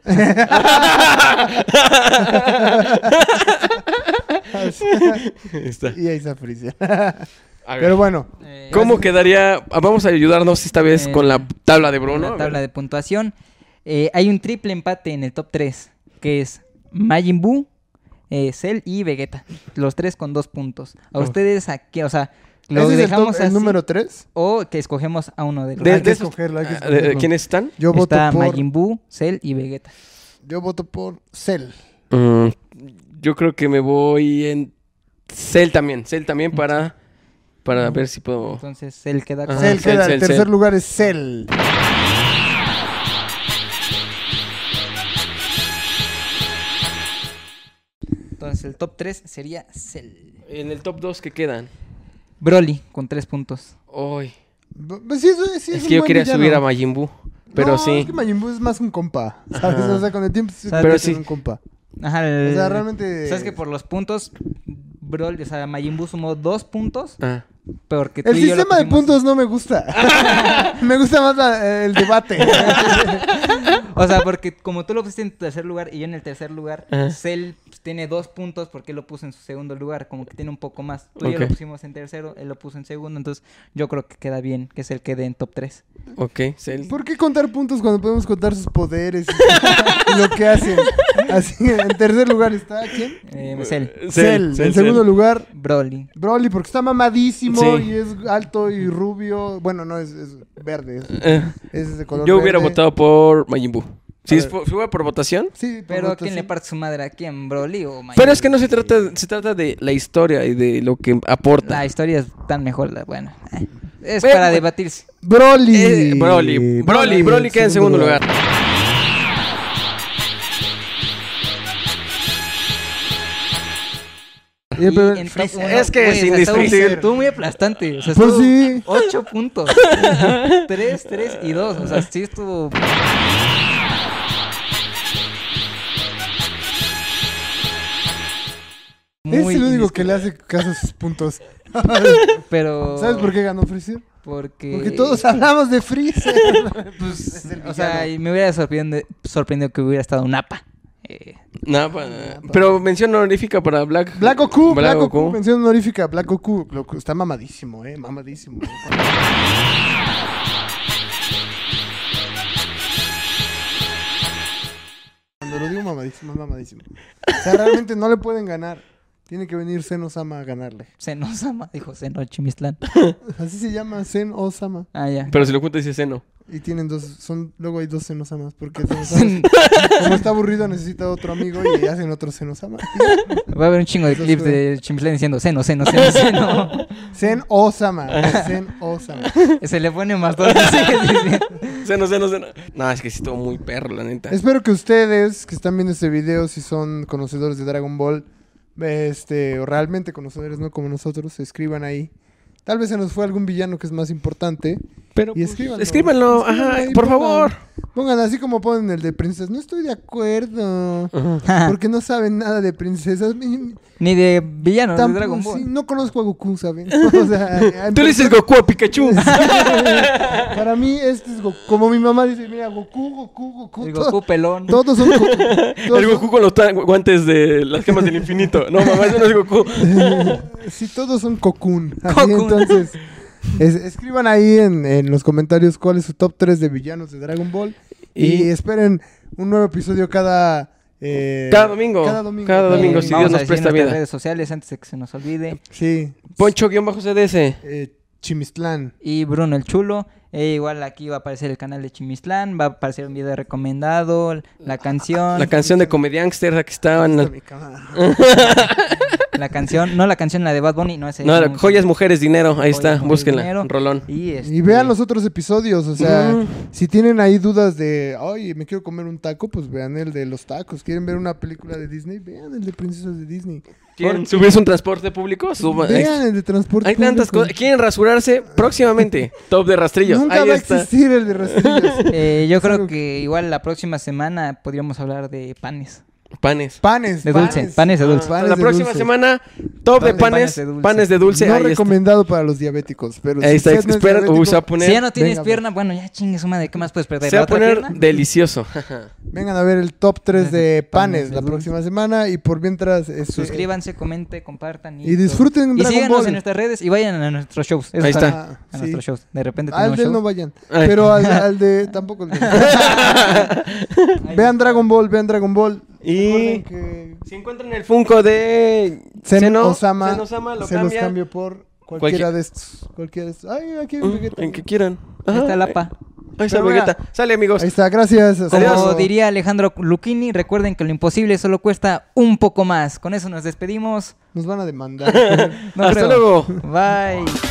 S3: está.
S2: y ahí está Freezer.
S3: A ver.
S2: pero bueno,
S1: Eh,
S3: ¿Cómo quedaría? Ah, Vamos a ayudarnos esta vez
S1: Eh,
S3: con la tabla de Bruno.
S1: la tabla de puntuación. Eh, hay un triple empate en el top 3, que es Majin Buu, eh, Cell y Vegeta. Los tres con dos puntos. ¿A
S3: Oh.
S1: ustedes a qué? O sea,
S2: ¿ese
S1: ¿lo
S2: es el,
S1: dejamos
S2: top- el
S1: así
S2: número 3?
S1: o que escogemos a uno de los
S3: De-
S1: tres?
S2: hay que
S3: de esos-
S2: escogerlo, hay que
S3: Ah,
S2: escogerlo.
S3: de- ¿Quiénes están?
S2: Yo voto,
S1: Está
S2: por,
S1: Majin Buu, Cell y Vegeta.
S2: yo voto por Cell.
S3: Mm, yo creo que me voy en Cell también. Cell también para,
S2: Mm.
S3: para ver si puedo.
S1: Entonces Cell queda
S3: Ajá.
S1: con...
S2: Cell
S3: Cell,
S2: queda,
S3: Cell,
S2: el tercer
S3: Cell.
S2: lugar es Cell.
S1: Entonces el top 3 sería Cell.
S3: En el top 2 que quedan.
S1: Broly con tres puntos.
S3: Hoy.
S2: B- pues sí, es, sí, es
S3: es
S2: un
S3: que yo
S2: buen
S3: quería
S2: villano.
S3: subir a Majin Buu. Pero
S2: No,
S3: sí.
S2: Es que Majin Buu es más un compa, ¿sabes?
S3: Ajá.
S2: O sea, con el tiempo se
S1: Pero
S2: convierte
S3: sí.
S2: en un compa.
S1: Ajá,
S2: O
S1: el-
S2: sea, realmente...
S1: ¿Sabes que por los puntos, Broly, o sea, Majin Buu sumó dos puntos?
S3: Ah.
S1: Porque tú
S2: El
S1: y yo lo
S2: sistema de
S1: pusimos-
S2: puntos no me gusta. me gusta más la- eh, el debate.
S1: O sea, porque como tú lo pusiste en tercer lugar y yo en el tercer lugar,
S3: Ajá.
S1: Cell pues, tiene dos puntos porque él lo puso en su segundo lugar, como que tiene un poco más. Tú y yo
S3: Ok.
S1: lo pusimos en tercero, él lo puso en segundo, entonces yo creo que queda bien que Cell quede en top 3.
S3: Ok, Cell.
S2: ¿Por qué contar puntos cuando podemos contar sus poderes y lo que hacen? Así, en tercer lugar está ¿quién?
S1: Eh, Cell,
S2: Cell. en segundo lugar,
S1: Broly.
S2: Broly, porque está mamadísimo
S3: Sí.
S2: y es alto y rubio. Bueno, no, es, es verde. Es,
S3: Eh,
S2: es de color
S3: yo hubiera
S2: verde.
S3: votado por Majin Buu. Si
S2: A
S3: es
S2: ver.
S3: por- si fuera por votación.
S2: Sí, por
S1: Pero ¿quién
S2: votación.
S1: le parte su madre a quién? ¿Broly o Majin
S3: Pero es que
S1: Buu?
S3: no se trata, se trata de la historia y de lo que aporta. Eh,
S1: La historia es tan mejor, la- bueno. eh, Es
S3: Bueno,
S1: para
S3: bueno.
S1: debatirse.
S2: Broly.
S3: Eh, Broly, Broly, Broly queda en segundo lugar.
S2: Y el primer-
S1: Y en top
S2: Freezer.
S1: uno,
S3: Es que
S1: güey,
S3: es
S1: o sea, estuvo-
S3: indiscutible.
S1: Estuvo muy aplastante. O sea,
S2: Pues
S1: estuvo
S2: sí.
S1: 8 puntos. 3, 3 y 2. O sea, sí estuvo.
S2: es el único que
S1: indiscutible,
S2: le hace caso a sus puntos.
S1: Pero.
S2: ¿Sabes por qué ganó Freezer?
S1: Porque,
S2: Porque todos hablamos de Freezer. pues, es el
S1: O sea,
S2: villano.
S1: y me hubiera sorprendido, sorprendido que hubiera estado un APA. Eh,
S3: Nada, pa- pero mención honorífica para Black.
S2: Black Goku, Black
S3: Goku.
S2: Goku, mención honorífica, Black Goku, lo que- está mamadísimo, eh, mamadísimo. Cuando lo digo mamadísimo, es mamadísimo. O sea, realmente no le pueden ganar. Tiene que venir Zen Osama a ganarle.
S1: Zen Osama, dijo Zen Ochimislán.
S2: Así se llama Zen Osama.
S1: Ah, ya.
S3: Pero si lo juntas dice seno.
S2: Y tienen dos, son, luego hay dos Zen Osamas, porque Zen Osamas, como está aburrido necesita otro amigo y hacen otro Zen Osama.
S1: Va a haber un chingo de
S2: Eso
S1: clips
S2: fue.
S1: de Chimislán diciendo Seno, Seno, Seno, Seno.
S2: Zen Osama, Zen Osama.
S1: Se le pone más dos. sí, sí, sí.
S3: Seno, seno, seno. No, es que sí estuvo muy perro, la neta.
S2: Espero que ustedes que están viendo este video, si son conocedores de Dragon Ball, este, o realmente conocedores, no como nosotros, se escriban ahí. Tal vez se nos fue algún villano que es más importante.
S3: Pero
S2: Y
S3: pues,
S2: escríbanlo.
S3: escríbanlo,
S2: Escríbanlo
S3: ajá,
S2: ahí,
S3: por
S2: pongan.
S3: favor.
S2: Pongan así como ponen el de princesas. No estoy de acuerdo.
S1: Ah.
S2: Porque no saben nada de princesas. Ni-
S1: Ni de villano, de
S2: tampoco-
S1: Dragon
S2: sí,
S1: Ball.
S2: no conozco a Goku, ¿saben? O sea,
S3: Tú le dices Goku a Pikachu.
S2: Para mí, este es Goku. Como mi mamá dice, mira, Goku, Goku, Goku.
S1: El
S2: todo-
S1: Goku pelón.
S2: Todos son Goku. Todos
S3: El Goku con los ta- guantes de las gemas del infinito. No, mamá, eso no es Goku.
S2: Si todos son Cocoon. Así,
S1: Cocoon.
S2: Entonces, es- escriban ahí en, en los comentarios cuál es su top 3 de villanos de Dragon Ball. Y,
S3: Y-
S2: esperen un nuevo episodio cada. eh,
S3: Cada domingo.
S2: Cada domingo.
S3: Cada
S1: Eh,
S3: domingo, si
S1: vamos
S3: Dios
S1: a
S3: nos
S1: decir
S3: presta
S1: nuestras
S3: vida.
S1: redes sociales antes de que se nos olvide.
S2: Sí.
S3: Poncho-CDS.
S2: Eh, Chimistlán.
S1: Y Bruno el Chulo. Eh, igual aquí va a aparecer el canal de Chimistlán. Va a aparecer un video recomendado. La canción.
S3: La canción de Comediangster, la que estaba en la...
S2: Mi cámara.
S1: La canción, no la canción, la de Bad Bunny, no es
S3: No, la- Joyas Mujeres Dinero, ahí está, búsquenla, rolón.
S1: Y,
S2: Y
S1: este,
S2: vean los otros episodios, o sea,
S3: Mm.
S2: si tienen ahí dudas de, ay, me quiero comer un taco, pues vean el de los tacos. ¿Quieren ver una película de Disney? Vean el de princesas de Disney.
S3: ¿Quieren subirse un transporte público? Suban. Ahí
S2: Vean el de transporte
S3: Hay tantas
S2: público.
S3: cosas. ¿Quieren rasurarse? Próximamente. Top de rastrillos.
S2: Nunca
S3: Ahí
S2: va a
S3: está.
S2: existir el de rastrillos.
S1: eh, yo creo
S2: Salud.
S1: que igual la próxima semana podríamos hablar de panes.
S3: Panes.
S2: Panes.
S1: De dulce, panes de dulce.
S3: Ah,
S2: Panes
S3: la
S2: de
S3: próxima
S2: dulce.
S3: semana, top
S1: Panes de
S3: de panes,
S1: dulce.
S3: panes de dulce.
S2: No
S3: ahí está.
S2: recomendado para los diabéticos, pero
S3: Ahí
S2: si
S3: está.
S2: usted no es
S3: Espera,
S2: diabético,
S3: uy, se va
S1: si
S3: a
S1: ya
S3: poner,
S1: no tienes
S2: venga,
S1: pierna, bueno, ya chingue su madre, ¿qué más puedes perder?
S3: se va
S1: ¿La
S3: a
S1: otra
S3: poner
S1: pierna?
S3: delicioso.
S2: vengan a ver el top 3 de
S1: Panes
S2: panes
S1: de
S2: la
S1: dulce.
S2: próxima semana y por mientras... este,
S1: Suscríbanse, comenten, compartan.
S2: Y disfruten
S1: Y
S2: Dragon
S1: síganos
S2: Ball.
S1: en nuestras redes y vayan a nuestros shows. Eso
S3: Ahí
S1: sí,
S3: está.
S2: Ah,
S1: A
S2: sí. Ah,
S1: nuestros shows. De repente
S2: Al
S1: tenemos
S2: de él no
S1: shows.
S2: vayan.
S3: Ay.
S2: Pero al, al de. Tampoco al de- vean Dragon Ball, vean Dragon Ball.
S3: y
S2: Recuerden que
S3: si encuentran el Funko de
S2: Zen
S3: Zeno-
S2: Osama
S3: Zen Osama lo
S2: se los
S3: cambian.
S2: cambio por cualquiera
S3: Cualquier-
S2: de estos. Cualquiera de estos. Ay, aquí hay un Vegeta.
S3: Mm, En que quieran.
S1: Ahí
S3: Ajá,
S1: está Lapa.
S3: Ahí está
S2: Pero mira.
S3: Vegeta. Sale, amigos.
S2: Ahí está, gracias. hasta
S1: Como
S2: luego.
S1: diría Alejandro Lucchini, recuerden que lo imposible solo cuesta un poco más. Con eso nos despedimos.
S2: Nos van a demandar.
S1: No
S3: Hasta
S1: creo.
S3: luego.
S1: Bye.